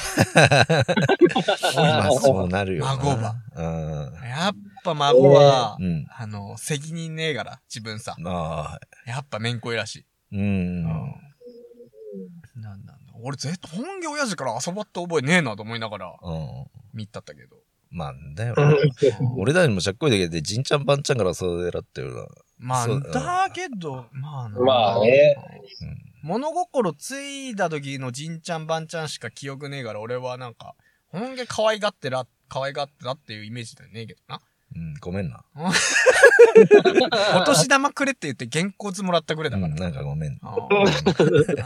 [SPEAKER 2] 今そうなるよな。
[SPEAKER 3] 孫
[SPEAKER 2] は。
[SPEAKER 3] やっぱ孫は、
[SPEAKER 2] うん。うん。
[SPEAKER 3] あの、責任ねえから、自分さ。
[SPEAKER 2] ああ、
[SPEAKER 3] やっぱめんこいらしい。
[SPEAKER 2] うん。
[SPEAKER 3] うんなんなんだ。俺絶対本業親父から遊ばった覚えねえなと思いながら
[SPEAKER 2] うん。
[SPEAKER 3] 見たったけど。
[SPEAKER 2] まあ、だよ
[SPEAKER 5] う。ん
[SPEAKER 2] 俺らにもちゃっこいだけで、じんちゃんばんちゃんから育てらってるな。
[SPEAKER 3] まあ、
[SPEAKER 2] そう
[SPEAKER 3] だけど、まあな
[SPEAKER 5] まあね。
[SPEAKER 3] 物心ついた時のじんちゃんばんちゃんしか記憶ねえから、俺はなんか、本気可愛がってら、可愛がってたっていうイメージだよねえけどな。
[SPEAKER 2] うん、ごめんな。
[SPEAKER 3] お年玉くれって言って原稿図もらったくれだ
[SPEAKER 2] う
[SPEAKER 3] から。
[SPEAKER 2] ん、なんかごめん。
[SPEAKER 3] あー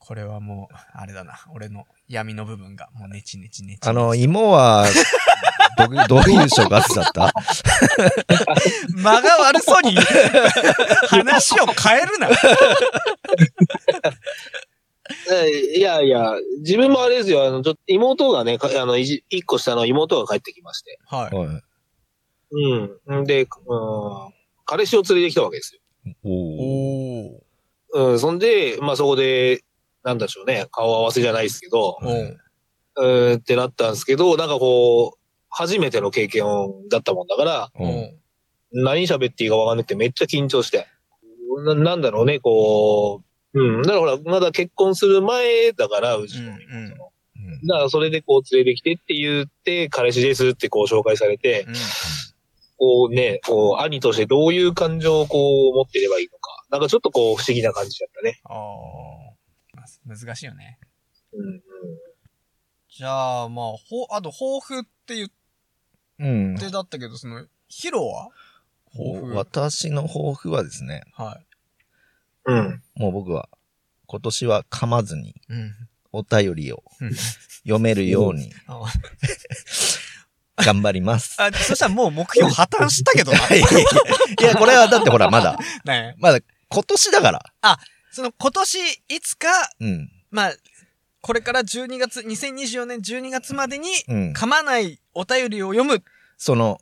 [SPEAKER 3] これはもう、あれだな。俺の闇の部分が、もうネチネチネチ。
[SPEAKER 2] あの、芋は、ど、どういう正月だ った
[SPEAKER 3] 間が悪そうに言う話を変えるな。
[SPEAKER 5] いやいや、自分もあれですよ、あの、ちょっと妹がね、かあの、いじ一個下の妹が帰ってきまして。
[SPEAKER 3] はい。
[SPEAKER 2] はい。
[SPEAKER 5] うん。んで、うん、彼氏を連れてきたわけです
[SPEAKER 2] お
[SPEAKER 3] お
[SPEAKER 2] お。
[SPEAKER 3] ー。
[SPEAKER 5] よ。うん、そんで、まあそこで、なんだでしょうね、顔合わせじゃないですけ
[SPEAKER 3] お
[SPEAKER 5] ど、
[SPEAKER 3] う
[SPEAKER 5] うん、ってなったんですけど、なんかこう、初めての経験だったもんだから、
[SPEAKER 2] う
[SPEAKER 3] お
[SPEAKER 2] ん。
[SPEAKER 3] う
[SPEAKER 5] 何喋っていいかわかんなくてめっちゃ緊張して。ななんだろうね、こう、うん、だからほら、まだ結婚する前だから、うちの妹
[SPEAKER 3] うんうん
[SPEAKER 2] うん
[SPEAKER 5] だからそれでこう連れてきてって言って、彼氏ですってこう紹介されて、
[SPEAKER 3] うん
[SPEAKER 5] こうね、こう兄としてどういう感情をこう持っていればいいのか。なんかちょっとこう不思議な感じだったね。
[SPEAKER 3] あー難しいよね。
[SPEAKER 5] うんうん。
[SPEAKER 3] じゃあ、まあ、ほ、あと、抱負って言っ
[SPEAKER 2] うん。
[SPEAKER 3] てだったけど、その、ヒロは抱負。は
[SPEAKER 2] 私の抱負はですね、
[SPEAKER 5] うん。
[SPEAKER 2] もう僕は、今年は噛まずに
[SPEAKER 3] い。うん。
[SPEAKER 2] お便りを
[SPEAKER 3] うん
[SPEAKER 2] 読めるように
[SPEAKER 3] あ
[SPEAKER 2] 頑張ります。
[SPEAKER 3] あ、そしたらもう目標破綻したけどな。
[SPEAKER 2] いや、これはだってほら、まだ、
[SPEAKER 3] ね
[SPEAKER 2] まだ今年だから。
[SPEAKER 3] その今年いつか、
[SPEAKER 2] うん。
[SPEAKER 3] まあ、これから12月、2024年12月までに、
[SPEAKER 2] うん。
[SPEAKER 3] 噛まないお便りを読む。
[SPEAKER 2] その、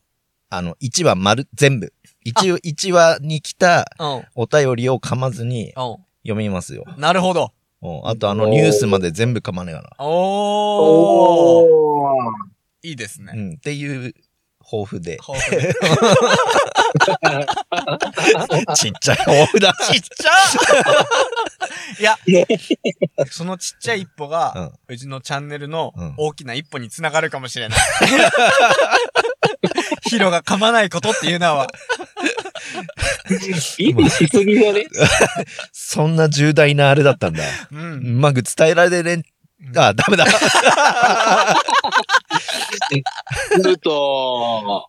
[SPEAKER 2] あの、1話丸、全部。一応、一話に来た
[SPEAKER 3] うん。
[SPEAKER 2] お便りを噛まずに
[SPEAKER 3] う
[SPEAKER 2] 読みますよ。
[SPEAKER 3] ん。なるほど。
[SPEAKER 2] うんあと、あの、ニュースまで全部噛まねえか
[SPEAKER 3] おー。いいです
[SPEAKER 2] ら。う
[SPEAKER 3] ね。
[SPEAKER 2] ん。っていう、抱負で。
[SPEAKER 3] 抱負で
[SPEAKER 2] ちっちゃい抱負だ。
[SPEAKER 3] ちっちゃいや、そのちっちゃい一歩が、うちのチャンネルの
[SPEAKER 2] うん
[SPEAKER 3] 大きな一歩につながるかもしれない。ヒロが噛まないことっていうのは、
[SPEAKER 5] 意味しすぎだね。
[SPEAKER 2] そんな重大なあれだったんだ。
[SPEAKER 3] うん。
[SPEAKER 2] うまく伝えられれん、あ、ダ メだ。
[SPEAKER 5] ずっと。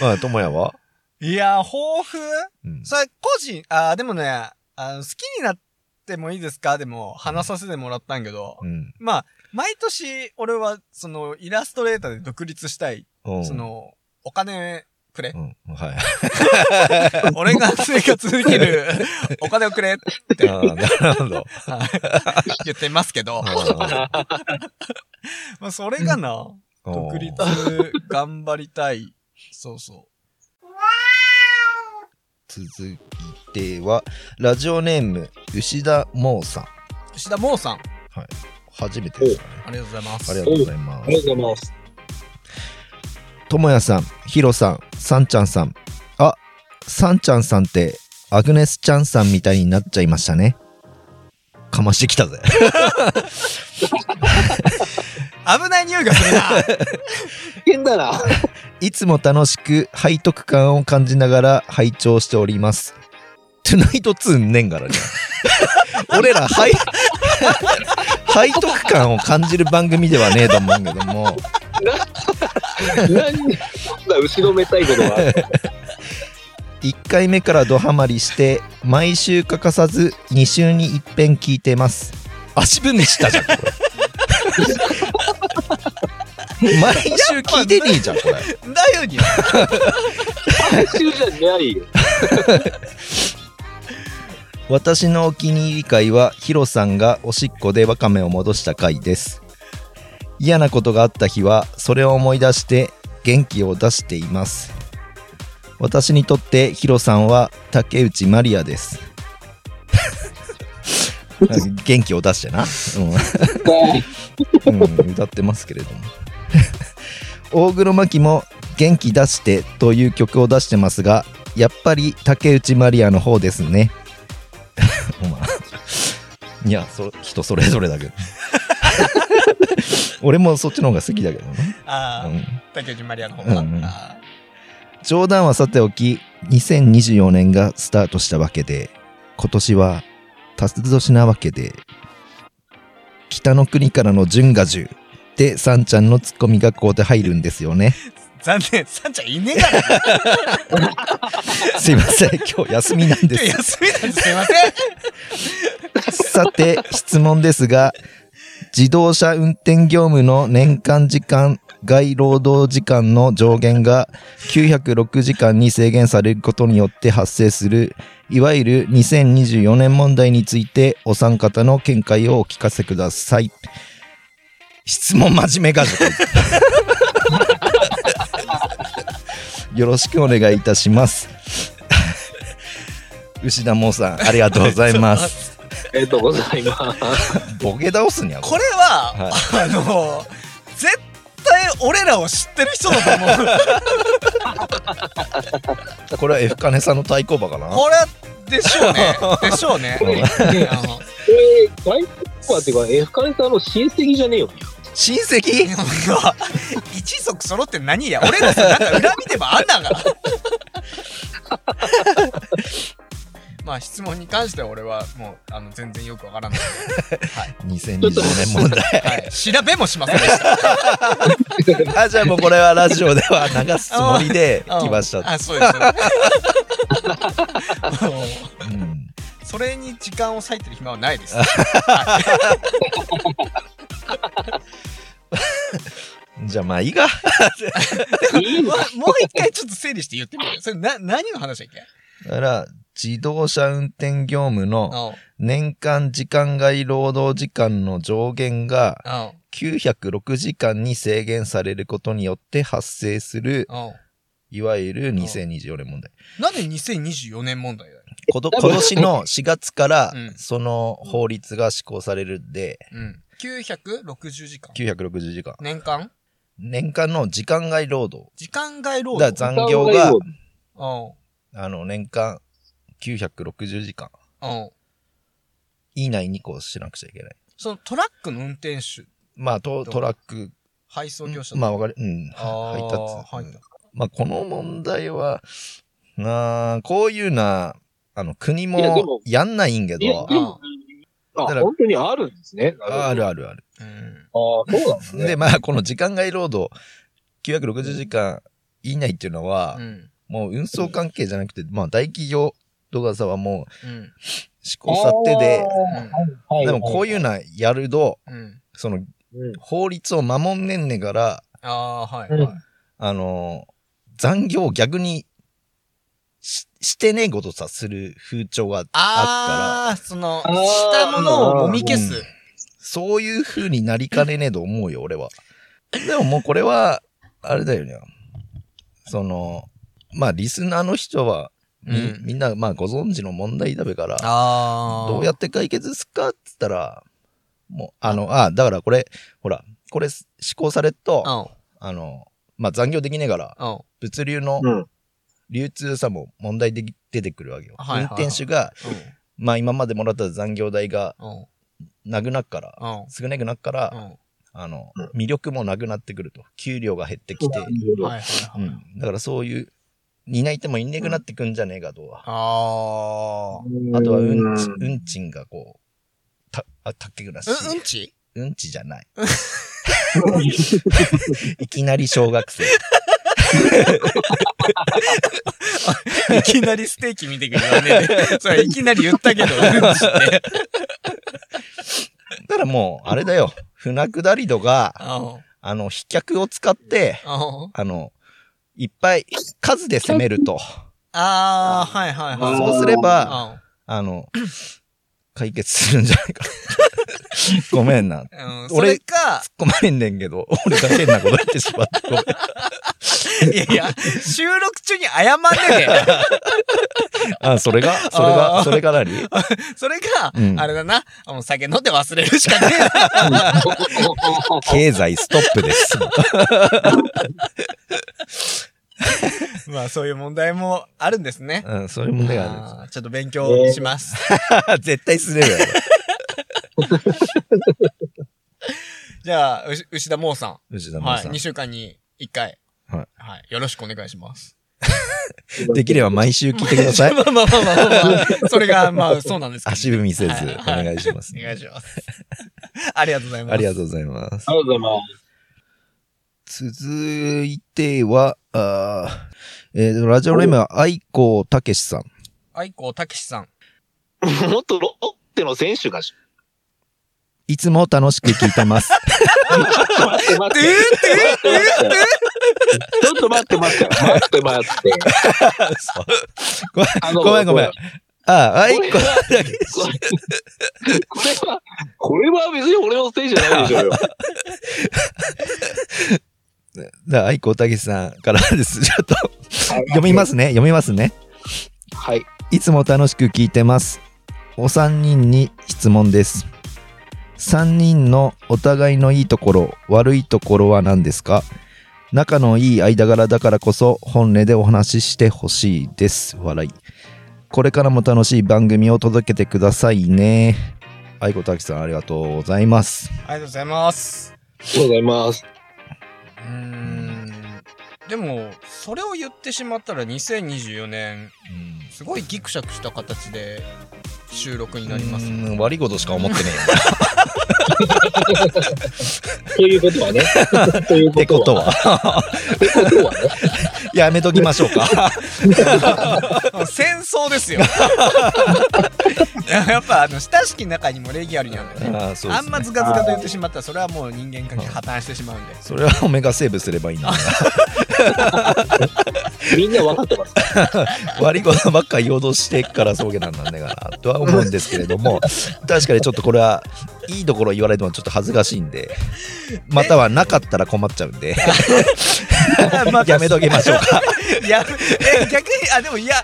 [SPEAKER 2] まあ、ともやはい
[SPEAKER 3] や、抱負
[SPEAKER 2] うん。
[SPEAKER 3] それ、個人、あーでもね、あの、好きになってもいいですかでも、話させてもらったんけど、
[SPEAKER 2] うん。
[SPEAKER 3] まあ、毎年、俺は、その、イラストレーターで独立したい。
[SPEAKER 2] うん
[SPEAKER 3] そ、の、お金 くれ
[SPEAKER 2] う。ん。はい。
[SPEAKER 3] 俺が生活できるお金をくれって
[SPEAKER 2] あーなる ほど。
[SPEAKER 3] 言ってますけど、まあ、それがな、
[SPEAKER 2] うん
[SPEAKER 3] 独立。頑張りたい。そうそ
[SPEAKER 2] 続いては、ラジオネーム、牛田もうさん。
[SPEAKER 1] 石田もうさん。あ
[SPEAKER 2] 初めてですか
[SPEAKER 1] りが
[SPEAKER 2] ね。
[SPEAKER 1] とうございま
[SPEAKER 2] あり
[SPEAKER 1] す
[SPEAKER 2] が。とうございま
[SPEAKER 5] あ
[SPEAKER 2] す。
[SPEAKER 5] りがとうございます。
[SPEAKER 2] ともやさん、ひろさん、さんちゃんさん。あ、さんちゃんさんって、アグネスちゃんさんみたいになっちゃいましたね。かましてきたぜ。
[SPEAKER 3] 危ない匂いがするな。
[SPEAKER 5] 危険だな。
[SPEAKER 2] いつも楽しく背徳感を感じながら拝聴しております。トゥナイト2ねんからじゃん。 俺ら、はい、背徳感を感じる番組ではねえと思うけども、
[SPEAKER 5] 何後ろめたいことがある。
[SPEAKER 2] 1回目からドハマりして、毎週欠かさず2週に一遍聞いてます。 足踏みしたじゃん、これ。毎週聞いてねえじゃん、これ。
[SPEAKER 3] だよには。
[SPEAKER 5] 毎週じゃないよ。
[SPEAKER 2] 私のお気に入り回はヒロさんがおしっこでワカメを戻した回です嫌なことがあった日はそれを思い出して元気を出しています私にとってヒロさんは竹内まりやです 元気を出してな、うんうん、歌ってますけれども 大黒摩季も「元気出して」という曲を出してますがやっぱり竹内まりやの方ですねまあいやそ人それぞれだけど 俺もそっちの方が好きだけどね、
[SPEAKER 3] あ
[SPEAKER 2] う
[SPEAKER 3] あ、
[SPEAKER 2] ん
[SPEAKER 3] 竹内まりやの方が。
[SPEAKER 2] うんうん
[SPEAKER 3] あ
[SPEAKER 2] 冗談はさておき2024年がスタートしたわけで今年は達年なわけで北の国からの順が順でさんちゃんのツッコミがここで入るんですよね
[SPEAKER 3] ー残念。さんちゃんいねえから。
[SPEAKER 2] すいません今日休みなんで
[SPEAKER 3] 今日
[SPEAKER 2] す
[SPEAKER 3] 休みなんです。すいません。
[SPEAKER 2] さて質問ですが自動車運転業務の年間時間外労働時間の上限が906時間に制限されることによって発生するいわゆる2024年問題についてお三方の見解をお聞かせください質問真面目かぞこいつよろしくお願いいたします牛田もさんありがとうございます
[SPEAKER 5] ありがとうございます。
[SPEAKER 2] ボケ倒すにゃ
[SPEAKER 3] こ
[SPEAKER 2] れ
[SPEAKER 3] れは、
[SPEAKER 2] は
[SPEAKER 3] あの、絶対俺らを知ってる人だと 思う。
[SPEAKER 2] いこれは F 金さんの対抗馬かな
[SPEAKER 3] これでしょう ね。でしょうね。あの
[SPEAKER 5] これ、外国はっていうか、F カレさんの親戚じゃねえよ。
[SPEAKER 2] 親戚
[SPEAKER 3] 日本が 一族揃って何や俺らさなんか恨みでもあんだから まあ質問に関しては俺はもうあの全然よくわからない、
[SPEAKER 2] 2025年問題
[SPEAKER 3] はい、調べもしませんでした
[SPEAKER 2] あじゃあもうこれはラジオでは流すつもりで 来ました
[SPEAKER 3] あそうですよねも う
[SPEAKER 2] うん
[SPEAKER 3] それに時間を割いてる暇はないです
[SPEAKER 2] じゃあまあいいか
[SPEAKER 5] いい
[SPEAKER 3] も
[SPEAKER 5] の
[SPEAKER 3] うもう一回ちょっと整理して言ってみるそれな何の話だっけ
[SPEAKER 2] だから自動車運転業務の
[SPEAKER 3] あ
[SPEAKER 2] 年間時間外労働時間の上限が
[SPEAKER 3] あ
[SPEAKER 2] 906時間に制限されることによって発生する
[SPEAKER 3] あ
[SPEAKER 2] いわゆる2024年問題
[SPEAKER 3] なんで2024年問題だよ、
[SPEAKER 2] こと今年の4月から
[SPEAKER 3] うん
[SPEAKER 2] その法律が施行されるんで
[SPEAKER 3] うん、960時間
[SPEAKER 2] 960時間
[SPEAKER 3] 年間
[SPEAKER 2] 年間の時間外労働。
[SPEAKER 3] 時間外労
[SPEAKER 2] だ
[SPEAKER 3] 働。
[SPEAKER 2] から残業が、
[SPEAKER 3] うん。
[SPEAKER 2] あの、年間960時間
[SPEAKER 3] うん。
[SPEAKER 2] 以内にこうしなくちゃいけない。
[SPEAKER 3] そのトラックの運転手、
[SPEAKER 2] まあ、トトラック、
[SPEAKER 3] 配送業者
[SPEAKER 2] まあ、わかり、うん、
[SPEAKER 3] あ
[SPEAKER 2] 配
[SPEAKER 3] ー
[SPEAKER 2] 達。うん
[SPEAKER 3] 配
[SPEAKER 2] まあ、この問題は、なあこういうな、あの、国
[SPEAKER 5] いやでも
[SPEAKER 2] もやんないんけ
[SPEAKER 5] いや
[SPEAKER 2] ど、
[SPEAKER 5] でもあ、
[SPEAKER 2] だから
[SPEAKER 5] 本当にあるんですね。
[SPEAKER 2] あ
[SPEAKER 5] る
[SPEAKER 2] るあるある。
[SPEAKER 3] うん。
[SPEAKER 5] ほど。ああ、そうなんですね。
[SPEAKER 2] で、まあ、この時間外労働、960時間以内っていうのは、
[SPEAKER 3] うん。
[SPEAKER 2] もう運送関係じゃなくて、まあ、大企業とかさはもう
[SPEAKER 3] うん。
[SPEAKER 2] 施行さってで、
[SPEAKER 5] あー、はい
[SPEAKER 2] でもこういうのはやると、
[SPEAKER 3] うん。
[SPEAKER 2] その
[SPEAKER 5] うん
[SPEAKER 2] 法律を守んねんねから、
[SPEAKER 3] ああー、はい。
[SPEAKER 5] うん
[SPEAKER 3] はい
[SPEAKER 2] あのー残業を逆にししてねえことさする風潮があっ
[SPEAKER 3] ああ、その、
[SPEAKER 5] あー
[SPEAKER 3] したものをもみ消す。
[SPEAKER 2] たら、そういう風になりかねねえと思うよ、俺は。でももうこれは、あれだよね。その、まあリスナーの人はみ
[SPEAKER 1] うん
[SPEAKER 2] みんな、まあ、ご存知の問題だべから、
[SPEAKER 1] あ
[SPEAKER 2] どうやって解決すっかって言ったら、もう、あの、あ、だからこれ、ほら、これ施行されると、
[SPEAKER 1] うん。
[SPEAKER 2] あの、まあ、残業できねえから、
[SPEAKER 1] うん。
[SPEAKER 2] 物流の
[SPEAKER 5] うん。
[SPEAKER 2] 流通さも問題で出てくるわけよ。
[SPEAKER 1] はいはいはい
[SPEAKER 2] 運転手が、まあ、今までもらった残業代が
[SPEAKER 1] うん。うん。
[SPEAKER 2] なくなっから、
[SPEAKER 1] うん。
[SPEAKER 2] 少なくなっから、あの、
[SPEAKER 5] うん
[SPEAKER 2] 魅力もなくなってくると。給料が減ってきて、
[SPEAKER 1] うん。はいはいは
[SPEAKER 2] う
[SPEAKER 1] い。
[SPEAKER 2] ん。だからそういう、担い手もいねくなってくんじゃねえかとは。
[SPEAKER 1] ああ。
[SPEAKER 2] あとは
[SPEAKER 5] う
[SPEAKER 2] うんんち、運賃がこう、た、あ、たっけくなし。
[SPEAKER 1] うん、うんち
[SPEAKER 2] うんちじゃない。いきなり小学生。
[SPEAKER 3] いきなりステーキ見てくるわね。 それいきなり言ったけど、うんちって。
[SPEAKER 2] だからもう、あれだよ。船下り戸が、
[SPEAKER 1] あん。
[SPEAKER 2] あの、飛脚を使って、
[SPEAKER 1] あ
[SPEAKER 2] あの、いっぱい数で攻めると。
[SPEAKER 1] あー、はいはいはい。
[SPEAKER 2] そうすれば、
[SPEAKER 1] あ
[SPEAKER 2] あの、解決するんじゃないかな。 ごめんな。突っ
[SPEAKER 1] ん。うん。そ
[SPEAKER 2] 俺
[SPEAKER 1] れか、
[SPEAKER 2] 込まれんねんけど、俺だけんなこと言ってしまって。ごめん
[SPEAKER 3] いやいや、収録中に謝んねえで。
[SPEAKER 2] あ、それがそ
[SPEAKER 3] あ
[SPEAKER 2] れが
[SPEAKER 3] ー
[SPEAKER 2] それが何
[SPEAKER 3] それが、
[SPEAKER 2] うん
[SPEAKER 3] あれだな、あの酒飲んで忘れるしかねえ。
[SPEAKER 2] 経済ストップです。
[SPEAKER 3] まあそういう問題もあるんですね。
[SPEAKER 2] うん、そういう問題があ
[SPEAKER 3] あーちょっと勉強します。
[SPEAKER 2] る。絶対すれるやろ。
[SPEAKER 3] じゃあ、うし牛田猛さ
[SPEAKER 2] 藤
[SPEAKER 3] ん。
[SPEAKER 2] 田真央
[SPEAKER 3] はい。
[SPEAKER 2] さん
[SPEAKER 3] 2。週間に1回。
[SPEAKER 2] はい。
[SPEAKER 3] よろしくお願いします。
[SPEAKER 2] できれば毎週聞いてください。
[SPEAKER 3] まあまあまあまあまあ、それ が、まあそうなんですけど。
[SPEAKER 2] 足踏みせず、
[SPEAKER 3] はい
[SPEAKER 2] お願いします。
[SPEAKER 3] お願いします。ありがとうございます。
[SPEAKER 2] ありがとうございます。
[SPEAKER 5] ありがとうございます。
[SPEAKER 2] 続いては、あーえーと、ラジオネームは愛子たけしさん。
[SPEAKER 3] 愛子たけしさん。
[SPEAKER 5] 元ロッテの選手 がし。
[SPEAKER 2] いつも楽しく聞いて ます。
[SPEAKER 5] 待って待って。ちょっと待って待って。待って待って。あの
[SPEAKER 2] ごめんごめん。ああ、愛子たけし。
[SPEAKER 5] これこれは、これは別に俺のステージじゃないでしょうよ。
[SPEAKER 2] だ愛子たけしさんからです。ちょっと、読みますね。読みますね。
[SPEAKER 5] はい。
[SPEAKER 2] いつも楽しく聞いてます。お三人に質問です。三人のお互いのいいところ、悪いところは何ですか仲のいい間柄だからこそ本音でお話ししてほしいです。笑い。これからも楽しい番組を届けてくださいね。愛子たけしさんありがとうございます。
[SPEAKER 3] ありがとうございます。
[SPEAKER 5] ありがとうございます。
[SPEAKER 3] うーん。でも、それを言ってしまったら2024年、すごいギクシャクした形で収録になりますね。
[SPEAKER 2] うん悪いことしか思ってねえよ。
[SPEAKER 5] ということ はね。という
[SPEAKER 2] ってこと
[SPEAKER 5] は。
[SPEAKER 2] は。
[SPEAKER 5] ってことはね。
[SPEAKER 2] やめときましょうか。
[SPEAKER 3] 戦争ですよ。やっぱあの親しき中にも礼儀ありなんだよね。
[SPEAKER 2] あそ
[SPEAKER 3] あんまズカズカと言ってしまったらそれはもう人間関係破綻してしまうんで。
[SPEAKER 2] それはオメガセーブすればい いんだ。
[SPEAKER 5] みんな分かってます。
[SPEAKER 2] 悪いことばっか言おうとしてっからそうなんだからとは思うんですけれども確かにちょっとこれはいいところ言われてもちょっと恥ずかしいんでまたはなかったら困っちゃうんで やめときましょうか
[SPEAKER 3] いや、え逆に、あ、でもいや、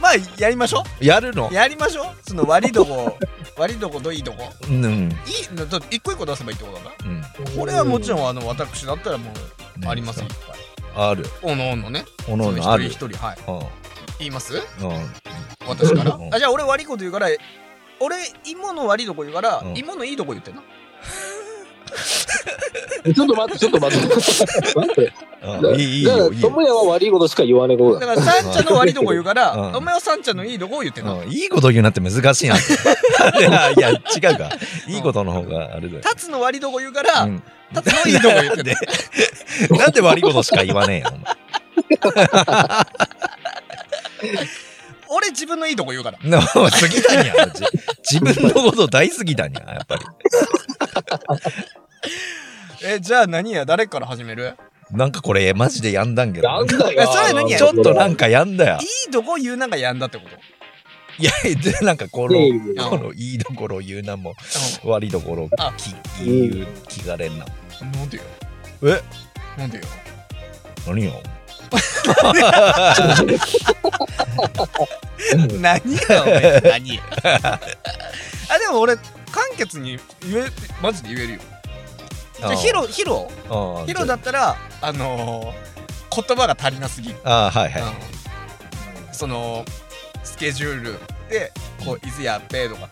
[SPEAKER 3] まあやりましょ
[SPEAKER 2] やるの
[SPEAKER 3] う。やりましょう。その悪いとこ、悪いとこといいとこ。
[SPEAKER 2] うんうん
[SPEAKER 3] いいの、だって一個一個出せばいいってことだな。これはもちろんあの私だったらもうありますよいっぱい。
[SPEAKER 2] ある
[SPEAKER 3] おのおのね。
[SPEAKER 2] おの
[SPEAKER 3] そ
[SPEAKER 2] お
[SPEAKER 3] の一
[SPEAKER 2] のあ
[SPEAKER 3] 人
[SPEAKER 2] る
[SPEAKER 3] 一人、はい。
[SPEAKER 2] うん
[SPEAKER 3] 言います
[SPEAKER 2] うん
[SPEAKER 3] 私から
[SPEAKER 2] うん
[SPEAKER 3] あじゃあ俺悪いこと言うから俺芋の悪いとこ言うから、
[SPEAKER 2] うん
[SPEAKER 3] 芋のいいとこ言ってな
[SPEAKER 5] ちょっと待って、ちょっと待って。待って。
[SPEAKER 2] うんいいいい
[SPEAKER 5] だから
[SPEAKER 2] よいいよ
[SPEAKER 5] 智也は悪いことしか言わないこと
[SPEAKER 3] だ
[SPEAKER 5] だ。
[SPEAKER 3] からサンチャの悪いとこ言うから、
[SPEAKER 2] うん
[SPEAKER 3] お前はサンチャのいいとこを言ってな、
[SPEAKER 2] うんいいこと言うなって難しいないやいや違うかいいことの方があれだよ
[SPEAKER 3] タツの悪いとこ言うから、
[SPEAKER 2] うん
[SPEAKER 3] タツのいいとこ言ってな
[SPEAKER 2] なんで悪いことしか言わねえよお前
[SPEAKER 3] 俺自分のいいとこ言う から
[SPEAKER 2] な、過ぎたにゃ。じ自分のこと大好きだにゃ、やっぱり。
[SPEAKER 3] えじゃあ何や誰から始める
[SPEAKER 2] なんかこれ、マジでやんだんけど。
[SPEAKER 5] なんだよ。
[SPEAKER 3] それは何や
[SPEAKER 2] ちょっとなん
[SPEAKER 5] か。
[SPEAKER 2] かやんだよ。
[SPEAKER 3] いいとこ言うなんかやんだってこと
[SPEAKER 2] いや、でなんかこ
[SPEAKER 5] いやい
[SPEAKER 2] の、
[SPEAKER 5] やいや
[SPEAKER 2] このいいところを言うなも、悪いところを
[SPEAKER 3] あ
[SPEAKER 2] き言う、聞かれんな。
[SPEAKER 3] なんでよ
[SPEAKER 2] え
[SPEAKER 3] なんでよ
[SPEAKER 2] 何よ。
[SPEAKER 5] うん
[SPEAKER 3] 何がお前 何あでも俺簡潔に言えマジで言えるよじゃあヒロヒロ
[SPEAKER 2] あー
[SPEAKER 3] ヒロだったらあのー言葉が足りなすぎる、
[SPEAKER 2] あーはいはい
[SPEAKER 3] うんそのスケジュールでこう「いずやっぺ」とか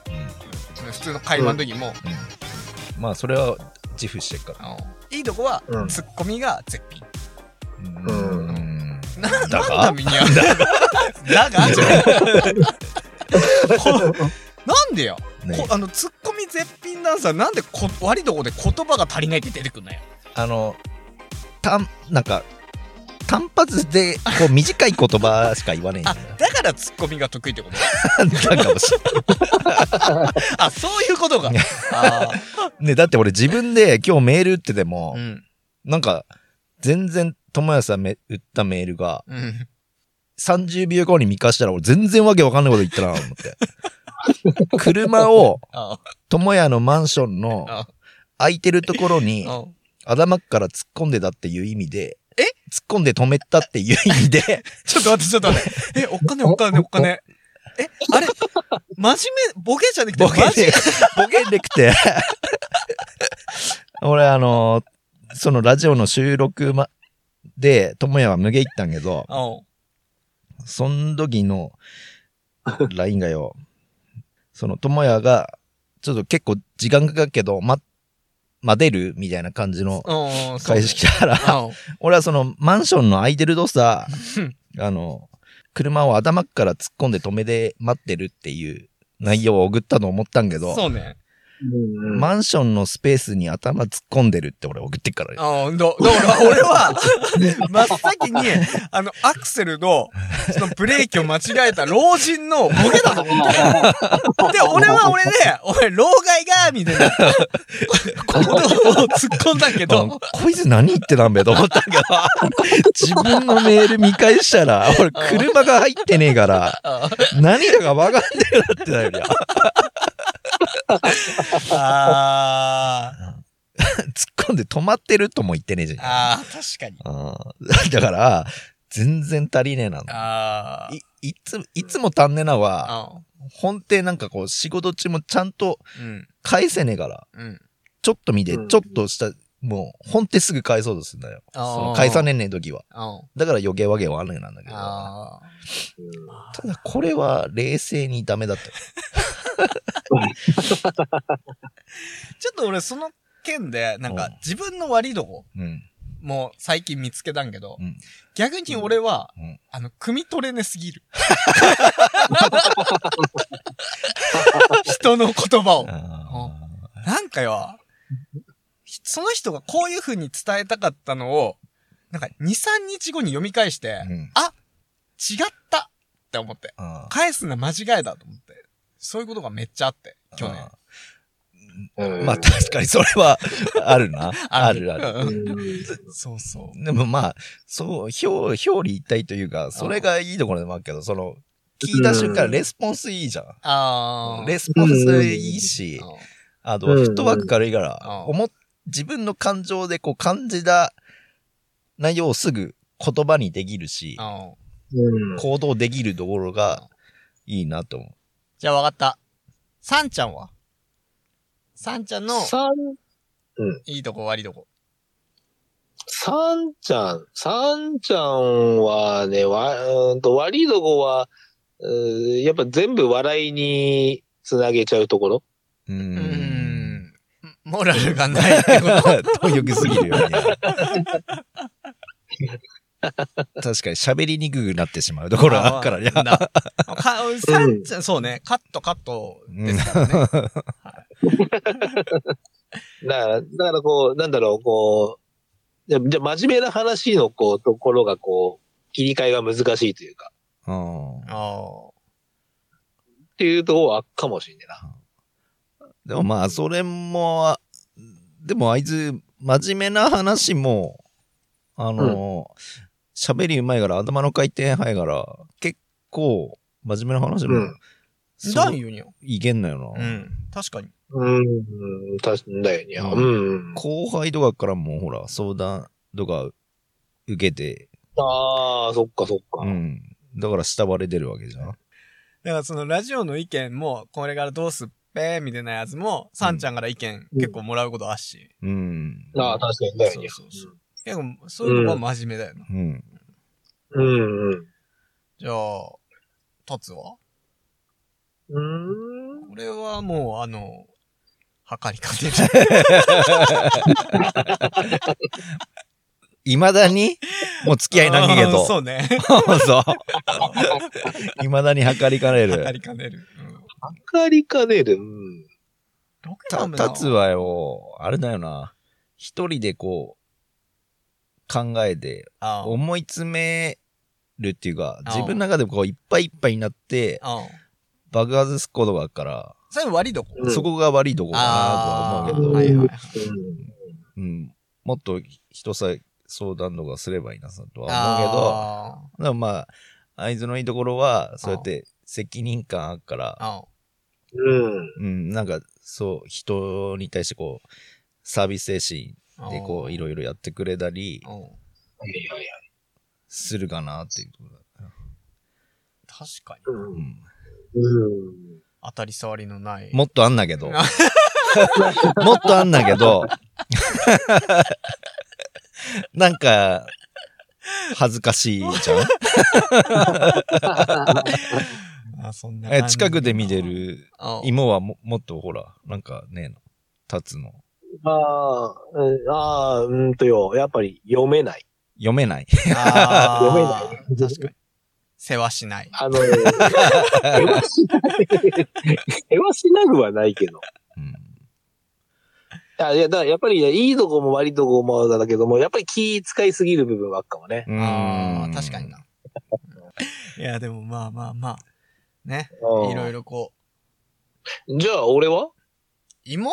[SPEAKER 3] 普通の会話の時も、
[SPEAKER 2] うんまあそれは自負してっから
[SPEAKER 3] あのいいとこは、
[SPEAKER 5] うん
[SPEAKER 3] ツッコミが絶品
[SPEAKER 5] ん
[SPEAKER 2] うん
[SPEAKER 3] ななん
[SPEAKER 2] だ
[SPEAKER 3] の
[SPEAKER 2] が
[SPEAKER 3] ためにやるだがじゃないこなんでよ、
[SPEAKER 2] ね
[SPEAKER 3] こあのツッコミ絶品ダンサーなんでこ悪いとこで言葉が足りないって出てくんのよ
[SPEAKER 2] あのたんなんか単発でこう短い言葉しか言わねえんだ
[SPEAKER 3] あだからツッコミが得意ってこと
[SPEAKER 2] だかもしれ
[SPEAKER 3] あそういうことがあ
[SPEAKER 2] んねだって俺自分で今日メール打ってても
[SPEAKER 3] ー、うん
[SPEAKER 2] なんか全然友也さんめ打ったメールが
[SPEAKER 3] うん
[SPEAKER 2] 30秒後に見返したら俺全然わけわかんないこと言ったなと思っ て車を
[SPEAKER 3] あ
[SPEAKER 2] 友也のマンションの
[SPEAKER 3] あ
[SPEAKER 2] 空いてるところに
[SPEAKER 3] あ
[SPEAKER 2] 頭から突っ込んでたっていう意味で、
[SPEAKER 3] え
[SPEAKER 2] 突っ込んで止めたっていう意 味で、
[SPEAKER 3] ちょっと待ってちょっと待ってえお金お金お金えあ れ真面目ボケじゃなくて
[SPEAKER 2] ボケ
[SPEAKER 3] マジ
[SPEAKER 2] で、ボケでくて。 俺、あのーそのラジオの収録ま、で、ともやは無限行ったんけど、
[SPEAKER 3] あお
[SPEAKER 2] そん時の LINE がよ、そのともやが、ちょっと結構時間かかるけど、ま、待てるみたいな感じの
[SPEAKER 3] お
[SPEAKER 2] 返し来たら、
[SPEAKER 3] あお
[SPEAKER 2] 俺はそのマンションの空いてるとさ、あの、車を頭から突っ込んで止めで待ってるっていう内容を送ったと思ったんけど、
[SPEAKER 3] そうね
[SPEAKER 5] うん
[SPEAKER 2] マンションのスペースに頭突っ込んでるって俺送ってっからね。
[SPEAKER 3] あーど、どう 俺は、 真っ先に、あの、アクセルの、そのブレーキを間違えた老人のボケだと思った。で、俺は俺で、俺、老害が、みたいな、ことを突っ込んだけ
[SPEAKER 2] うん
[SPEAKER 3] ど、
[SPEAKER 2] こいつ何言ってたんべと思ったけど、自分のメール見返した ら、俺車が入ってねえから、
[SPEAKER 3] あ
[SPEAKER 2] 何だか分かんねえなってなるよ。
[SPEAKER 3] あ
[SPEAKER 2] 突っ込んで止まってるとも言ってねえじ
[SPEAKER 3] ー、
[SPEAKER 2] ゃん。
[SPEAKER 3] あー確かに。
[SPEAKER 2] うんだから、全然足りねえなの。
[SPEAKER 3] あー
[SPEAKER 2] いいついつも足んねえなは、
[SPEAKER 3] あ
[SPEAKER 2] 本ってなんかこう仕事中もちゃんと
[SPEAKER 3] ー。うん、
[SPEAKER 2] 返せねえから、
[SPEAKER 3] うん。
[SPEAKER 2] ちょっと見て、
[SPEAKER 5] うん
[SPEAKER 2] ちょっとした、もう本ってすぐ返そうとするんだよ。そ
[SPEAKER 3] あー
[SPEAKER 2] の返さねえねえ時は。
[SPEAKER 3] あ
[SPEAKER 2] だから余計わけわかんないなんだけ
[SPEAKER 3] ー
[SPEAKER 2] ど。
[SPEAKER 3] あ
[SPEAKER 2] ただこれは冷静にダメ だったよ。
[SPEAKER 3] ー。ちょっと俺、その件で、なん
[SPEAKER 2] う
[SPEAKER 3] か
[SPEAKER 2] ん、
[SPEAKER 3] 自分の悪いとこ、
[SPEAKER 2] うん。
[SPEAKER 3] もう最近見つけたんけど、
[SPEAKER 2] うん
[SPEAKER 3] 逆に俺は、
[SPEAKER 2] うん
[SPEAKER 3] あの、汲み取れねすぎる。 人の言葉を。
[SPEAKER 2] あ
[SPEAKER 3] なんかよ、ひその人がこういう風に伝えたかったのを、なんか2、3日後に読み返して
[SPEAKER 2] ー、うん
[SPEAKER 3] 違ったって思って。
[SPEAKER 2] あー
[SPEAKER 3] 返すのは間違いだと思って。そういうことがめっちゃあって、去年。
[SPEAKER 2] あ
[SPEAKER 5] う
[SPEAKER 2] ー
[SPEAKER 5] ん
[SPEAKER 2] まあ確かにそれはあるな。 あるあ
[SPEAKER 3] う
[SPEAKER 2] る。
[SPEAKER 5] うんん
[SPEAKER 3] そうそ
[SPEAKER 2] でもまあ、そう、表、表裏一体というか、それがいいところでもあるけど、その、聞いた瞬間レスポンスいいじゃん。
[SPEAKER 3] う。あー。
[SPEAKER 2] レスポンスいいし、
[SPEAKER 3] うん
[SPEAKER 2] あと、フットワーク軽いか
[SPEAKER 3] うん
[SPEAKER 2] ら、
[SPEAKER 3] うん
[SPEAKER 2] 思っ自分の感情でこう感じた内容をすぐ言葉にできるし、
[SPEAKER 3] うん
[SPEAKER 5] うん
[SPEAKER 2] 行動できるところがいいなと思
[SPEAKER 3] じゃあ分かった。サンちゃんはサンちゃんの
[SPEAKER 5] さん、
[SPEAKER 3] いいとこ悪いとこ。
[SPEAKER 5] さんちゃん、さんちゃんはね、わ、うーんと悪いとこは、うーやっぱ全部笑いにつなげちゃうところ。
[SPEAKER 2] う。うー。。
[SPEAKER 3] うんモラルがないって こと
[SPEAKER 2] 貪欲すぎるよね。確かに喋りにくくなってしまうところがあるからね。
[SPEAKER 3] あなんだかサンちゃん、そうね。カットカットですからね。
[SPEAKER 5] だから、だからこう、なんだろう、こう、じゃじゃ真面目な話のこう、ところがこう、切り替えが難しいというか、
[SPEAKER 2] うん
[SPEAKER 3] あ
[SPEAKER 5] っていうとこはあっかもしれないな。
[SPEAKER 2] でもまあ、それも、でもあいつ、真面目な話も、あの、喋、りうまいから、頭の回転早いから、結構、真面目な話も、
[SPEAKER 5] うん
[SPEAKER 2] そ
[SPEAKER 3] あ。だ
[SPEAKER 2] う
[SPEAKER 3] よにょ。
[SPEAKER 2] いけんのよ
[SPEAKER 3] う
[SPEAKER 2] な、
[SPEAKER 3] ん。確かに。
[SPEAKER 5] うん、確かだよね。
[SPEAKER 2] う
[SPEAKER 5] うん。
[SPEAKER 2] 後輩とかからも、ほら、相談とか受けて、
[SPEAKER 5] ああ、そっかそっか。
[SPEAKER 2] うん。だから下割れ出るわけじゃん。
[SPEAKER 3] だからそのラジオの意見も、これからどうすっぺみたいなやつも、サンちゃんから意見
[SPEAKER 5] うん
[SPEAKER 3] 結構もらうことあっし。
[SPEAKER 2] うん。
[SPEAKER 5] ああ、確かにだよ
[SPEAKER 3] そう
[SPEAKER 5] ね。
[SPEAKER 3] そうそう。結構、そういうとこは真面目だよな。
[SPEAKER 2] うん。
[SPEAKER 5] うんうん。
[SPEAKER 3] じゃあ、タツは
[SPEAKER 5] うーん。
[SPEAKER 3] これはもう、あの、測りかけてる。
[SPEAKER 2] いまだに、もう付き合いなきけ
[SPEAKER 3] あー
[SPEAKER 2] ど。
[SPEAKER 3] そうね。
[SPEAKER 2] そうそう。いまだに測りかね
[SPEAKER 3] 測
[SPEAKER 2] る。
[SPEAKER 3] りかねる。うん
[SPEAKER 5] 明かりかねる。うん。
[SPEAKER 3] ロケ
[SPEAKER 2] た、
[SPEAKER 3] ダメ
[SPEAKER 2] た
[SPEAKER 3] な
[SPEAKER 2] つはよ、あれだよな。一人でこう、考えて、
[SPEAKER 3] あー
[SPEAKER 2] 思い詰めるっていうか、
[SPEAKER 3] あ
[SPEAKER 2] 自分の中でこう、いっぱいいっぱいになって、
[SPEAKER 3] あー。
[SPEAKER 2] 爆発すことがあるから、
[SPEAKER 3] それ割りどこ
[SPEAKER 5] うん
[SPEAKER 2] そこが悪いとこかなとは思うけ
[SPEAKER 3] あ
[SPEAKER 2] ど、
[SPEAKER 3] ーはいはいはい
[SPEAKER 2] うん、もっと人さ、相談とかすればいいなさとは
[SPEAKER 3] あ
[SPEAKER 2] 思うけど、でもまあ、あいつのいいところは、そうやって責任感あるから
[SPEAKER 3] ー、あー
[SPEAKER 5] うん。うん。
[SPEAKER 2] うん、なんか、そう、人に対してこう、サービス精神でこう、いろいろやってくれたり
[SPEAKER 3] うんうん
[SPEAKER 5] いやいや。
[SPEAKER 2] するかなっていうところだ。
[SPEAKER 3] 確かに。
[SPEAKER 5] う。
[SPEAKER 2] うんん、
[SPEAKER 5] うん。
[SPEAKER 3] 当たり障りのない。
[SPEAKER 2] もっとあんだけど。 もっとあんだけど。 なんか、恥ずかしいじゃん。
[SPEAKER 3] あそ んな
[SPEAKER 2] え
[SPEAKER 3] 感じ
[SPEAKER 2] 近くで見て。る
[SPEAKER 3] あー
[SPEAKER 2] 芋はももっとほら、なんかねえの。立つの。
[SPEAKER 5] ああ、うんああ、うんとよ。やっぱり読めない。
[SPEAKER 2] 読めない。
[SPEAKER 3] あー
[SPEAKER 5] 読めない。
[SPEAKER 3] 確かに。世話しない。
[SPEAKER 5] あの、ね、世話しない。世話しなくはないけど。
[SPEAKER 2] うん、
[SPEAKER 5] あいや、だからやっぱりね、いいとこも悪いとこもだけども、やっぱり気使いすぎる部分はあっかもね。
[SPEAKER 3] あ
[SPEAKER 2] う
[SPEAKER 3] あ、
[SPEAKER 2] ん
[SPEAKER 3] 確かに。な。いや、でもまあまあまあ。ね。
[SPEAKER 5] い
[SPEAKER 3] いろいろこう。
[SPEAKER 5] じゃあ、俺は
[SPEAKER 3] 芋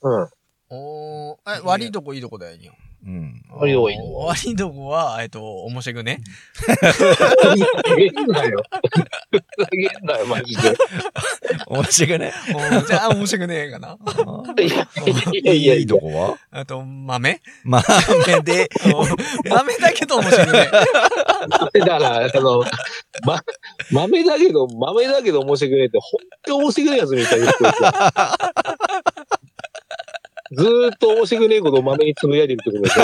[SPEAKER 5] うん。
[SPEAKER 3] おーえ、悪いとこいいとこだよ、いいよ
[SPEAKER 2] うん。
[SPEAKER 5] 悪いとこいいとこ
[SPEAKER 3] 悪いとこは、えっと、面白くね。
[SPEAKER 5] ふざけんなよ。ふざけんなよ、マジで。
[SPEAKER 2] 面白くね。
[SPEAKER 3] おーじゃあ、面白くねえかな。
[SPEAKER 5] いやいやいや
[SPEAKER 2] いいとこは
[SPEAKER 3] あと、豆
[SPEAKER 2] まあ、目で、
[SPEAKER 3] おー豆だけど面白くね
[SPEAKER 5] だから、その、ま、豆だけど、豆だけど面白くねえって、ほんと面白くねえやつみたいな人ですよ。ずーっと面白くねえことを豆につぶやいてるってこと でしょ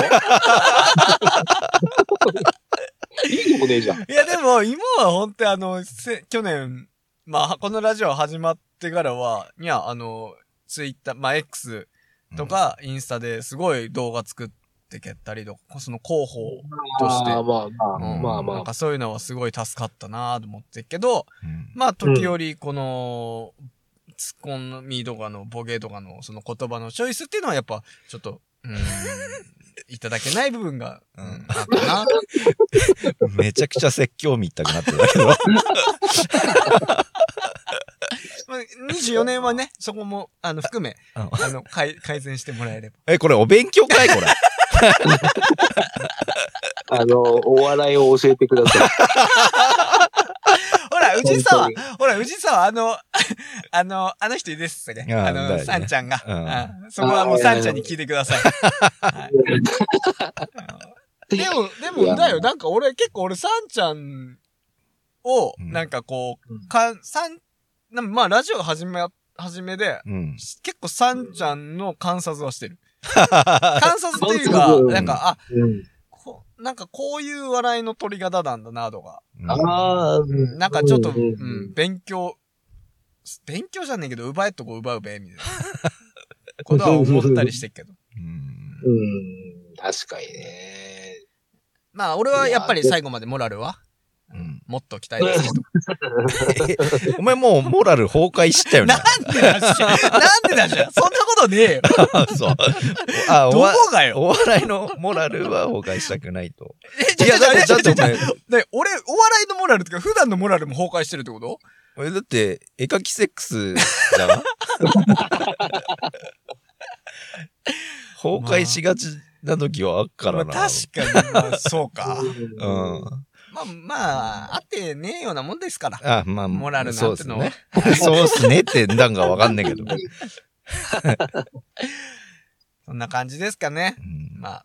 [SPEAKER 5] いいとこねえじゃん。
[SPEAKER 3] え。いや、でも、芋は本当にあの、せ去年、まあ、このラジオ始まってからは、いや、あの、ツイッター、まあ、X とか、インスタですごい動画作ってけったりとか、その広報として。
[SPEAKER 5] まあまあまあ、
[SPEAKER 2] うん
[SPEAKER 5] まあま
[SPEAKER 3] な
[SPEAKER 5] あ
[SPEAKER 3] ん。かそういうのはすごい助かったなぁと思ってるけど、
[SPEAKER 2] うん。
[SPEAKER 3] まあ時折この、ツッコミとかのボケとかのその言葉のチョイスっていうのはやっぱちょっと、うーん、 いただけない部分が、うん、あったな。
[SPEAKER 2] めちゃくちゃ説教みたくなってたけど。
[SPEAKER 3] まあ24年はね、そこも、あの、含め、
[SPEAKER 2] あの
[SPEAKER 3] あの、改 改善してもらえれば。
[SPEAKER 2] え、これお勉強会これ。
[SPEAKER 5] あの、お笑いを教えてください。
[SPEAKER 3] ほら、宇治
[SPEAKER 5] 本
[SPEAKER 3] 沢
[SPEAKER 5] 当に、
[SPEAKER 3] ほら、宇治沢、あの、あの、あの人いいですってね。
[SPEAKER 2] あ
[SPEAKER 3] あ
[SPEAKER 2] だよ
[SPEAKER 3] の、
[SPEAKER 2] ね
[SPEAKER 3] サンちゃんが。
[SPEAKER 2] うん
[SPEAKER 3] あそこはもうサンちゃんに聞いてください。はいでも、でも、
[SPEAKER 5] いや
[SPEAKER 3] だよ、なんか俺、結構俺、サンちゃんを、
[SPEAKER 2] うん
[SPEAKER 3] なんかこう、
[SPEAKER 5] うん
[SPEAKER 3] か、サン、なんまあ、ラジオ始め、始めで、
[SPEAKER 2] うん。
[SPEAKER 3] 結構サンちゃんの観察はして る。観察っていうか
[SPEAKER 5] 観、察
[SPEAKER 3] なんか、あ、
[SPEAKER 5] うん
[SPEAKER 3] こなんかこういう笑いの取り方なんだな、とか。
[SPEAKER 5] ああ、
[SPEAKER 3] なんかちょっと、
[SPEAKER 5] う
[SPEAKER 3] うんん、勉強、勉強じゃねえけど、奪えとこ奪うべ、み たいな。ことは思ったりしてるけど。
[SPEAKER 2] うん
[SPEAKER 5] うん、確かにね。
[SPEAKER 3] まあ、俺はやっぱり最後までモラルは、
[SPEAKER 2] うん
[SPEAKER 3] もっと鍛えてると。
[SPEAKER 2] お前もうモラル崩壊したよね
[SPEAKER 3] な。んでだし、なんでだし、そんなことねえよ。
[SPEAKER 2] そう。 あ、
[SPEAKER 3] ど
[SPEAKER 2] おわ
[SPEAKER 3] こがよ。
[SPEAKER 2] お笑いのモラルは崩壊したくないと。
[SPEAKER 3] え、
[SPEAKER 2] いや、だって、
[SPEAKER 3] ち
[SPEAKER 2] だ
[SPEAKER 3] ょ
[SPEAKER 2] っ
[SPEAKER 3] ちょ
[SPEAKER 2] てお
[SPEAKER 3] ちょちょ
[SPEAKER 2] 前、
[SPEAKER 3] ね俺、お笑いのモラルとか、普段のモラルも崩壊してるってこと
[SPEAKER 2] 俺だって、絵描きセックスだな。崩壊しがちな時はあっからな。
[SPEAKER 3] まあ確かに、まあそう か。
[SPEAKER 2] うん。
[SPEAKER 3] まあ、まあ、あってねえようなもんですから。
[SPEAKER 2] あ、まあ、
[SPEAKER 3] モラル
[SPEAKER 2] そ
[SPEAKER 3] な
[SPEAKER 2] うんで
[SPEAKER 3] て
[SPEAKER 2] す
[SPEAKER 3] のは
[SPEAKER 2] ね。 そうっすねってなんかわかんな いけど。
[SPEAKER 3] そんな感じですかね。
[SPEAKER 2] うん
[SPEAKER 3] まあ、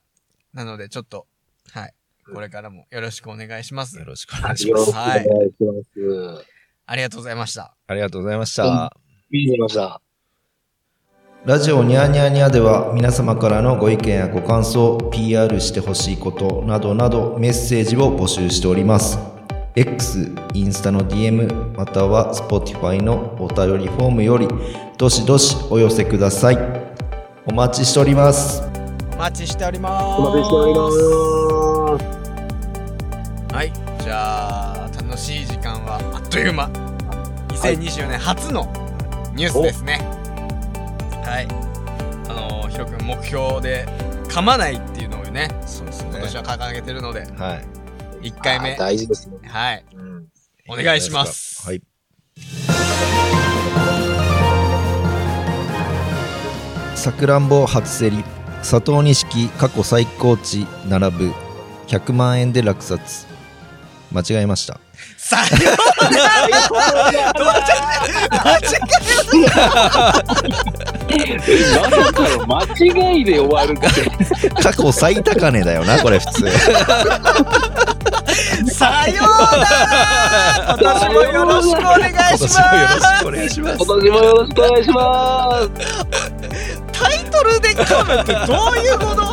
[SPEAKER 3] なのでちょっと、はい。これからもよろしくお願いします
[SPEAKER 2] よ。ろしくお願いし
[SPEAKER 5] よ
[SPEAKER 2] ま
[SPEAKER 5] ろ
[SPEAKER 2] す
[SPEAKER 5] しくお。願いします。
[SPEAKER 3] ありがとうございました。
[SPEAKER 2] ありがとうございました。
[SPEAKER 5] 見に行きました。
[SPEAKER 2] ラジオニャーニャーニャーでは皆様からのご意見やご感想、PR してほしいことなどなどメッセージを募集しております。X、インスタの DM または Spotify のお便りフォームよりどしどしお寄せください。お待ちしております。
[SPEAKER 3] お待ちしております。
[SPEAKER 5] お待ちしております。
[SPEAKER 3] はい、じゃあ楽しい時間はあっという間2024年初のニュースですねはい、あのー、ヒロ君目標で噛まないっていうのをね
[SPEAKER 2] そうです
[SPEAKER 3] 今年は掲げてるので
[SPEAKER 2] はい。
[SPEAKER 3] 1回目
[SPEAKER 5] あ大事ですね。
[SPEAKER 3] はい
[SPEAKER 5] うん。
[SPEAKER 3] お願いします
[SPEAKER 2] はい。さくらんぼ初競り佐藤錦過去最高値並ぶ100万円で落札間違えました
[SPEAKER 3] さようなら間違
[SPEAKER 5] まさかの間違いで終わるって。
[SPEAKER 2] 過去最高値だよなこれ普 通
[SPEAKER 3] えさようなら今年もよろしくお願い
[SPEAKER 2] 今
[SPEAKER 3] しま
[SPEAKER 2] 年
[SPEAKER 3] す
[SPEAKER 2] もよろしくお願いしま
[SPEAKER 5] 今年もよろしくお願いします。
[SPEAKER 3] タイトルで噛むってどういうこと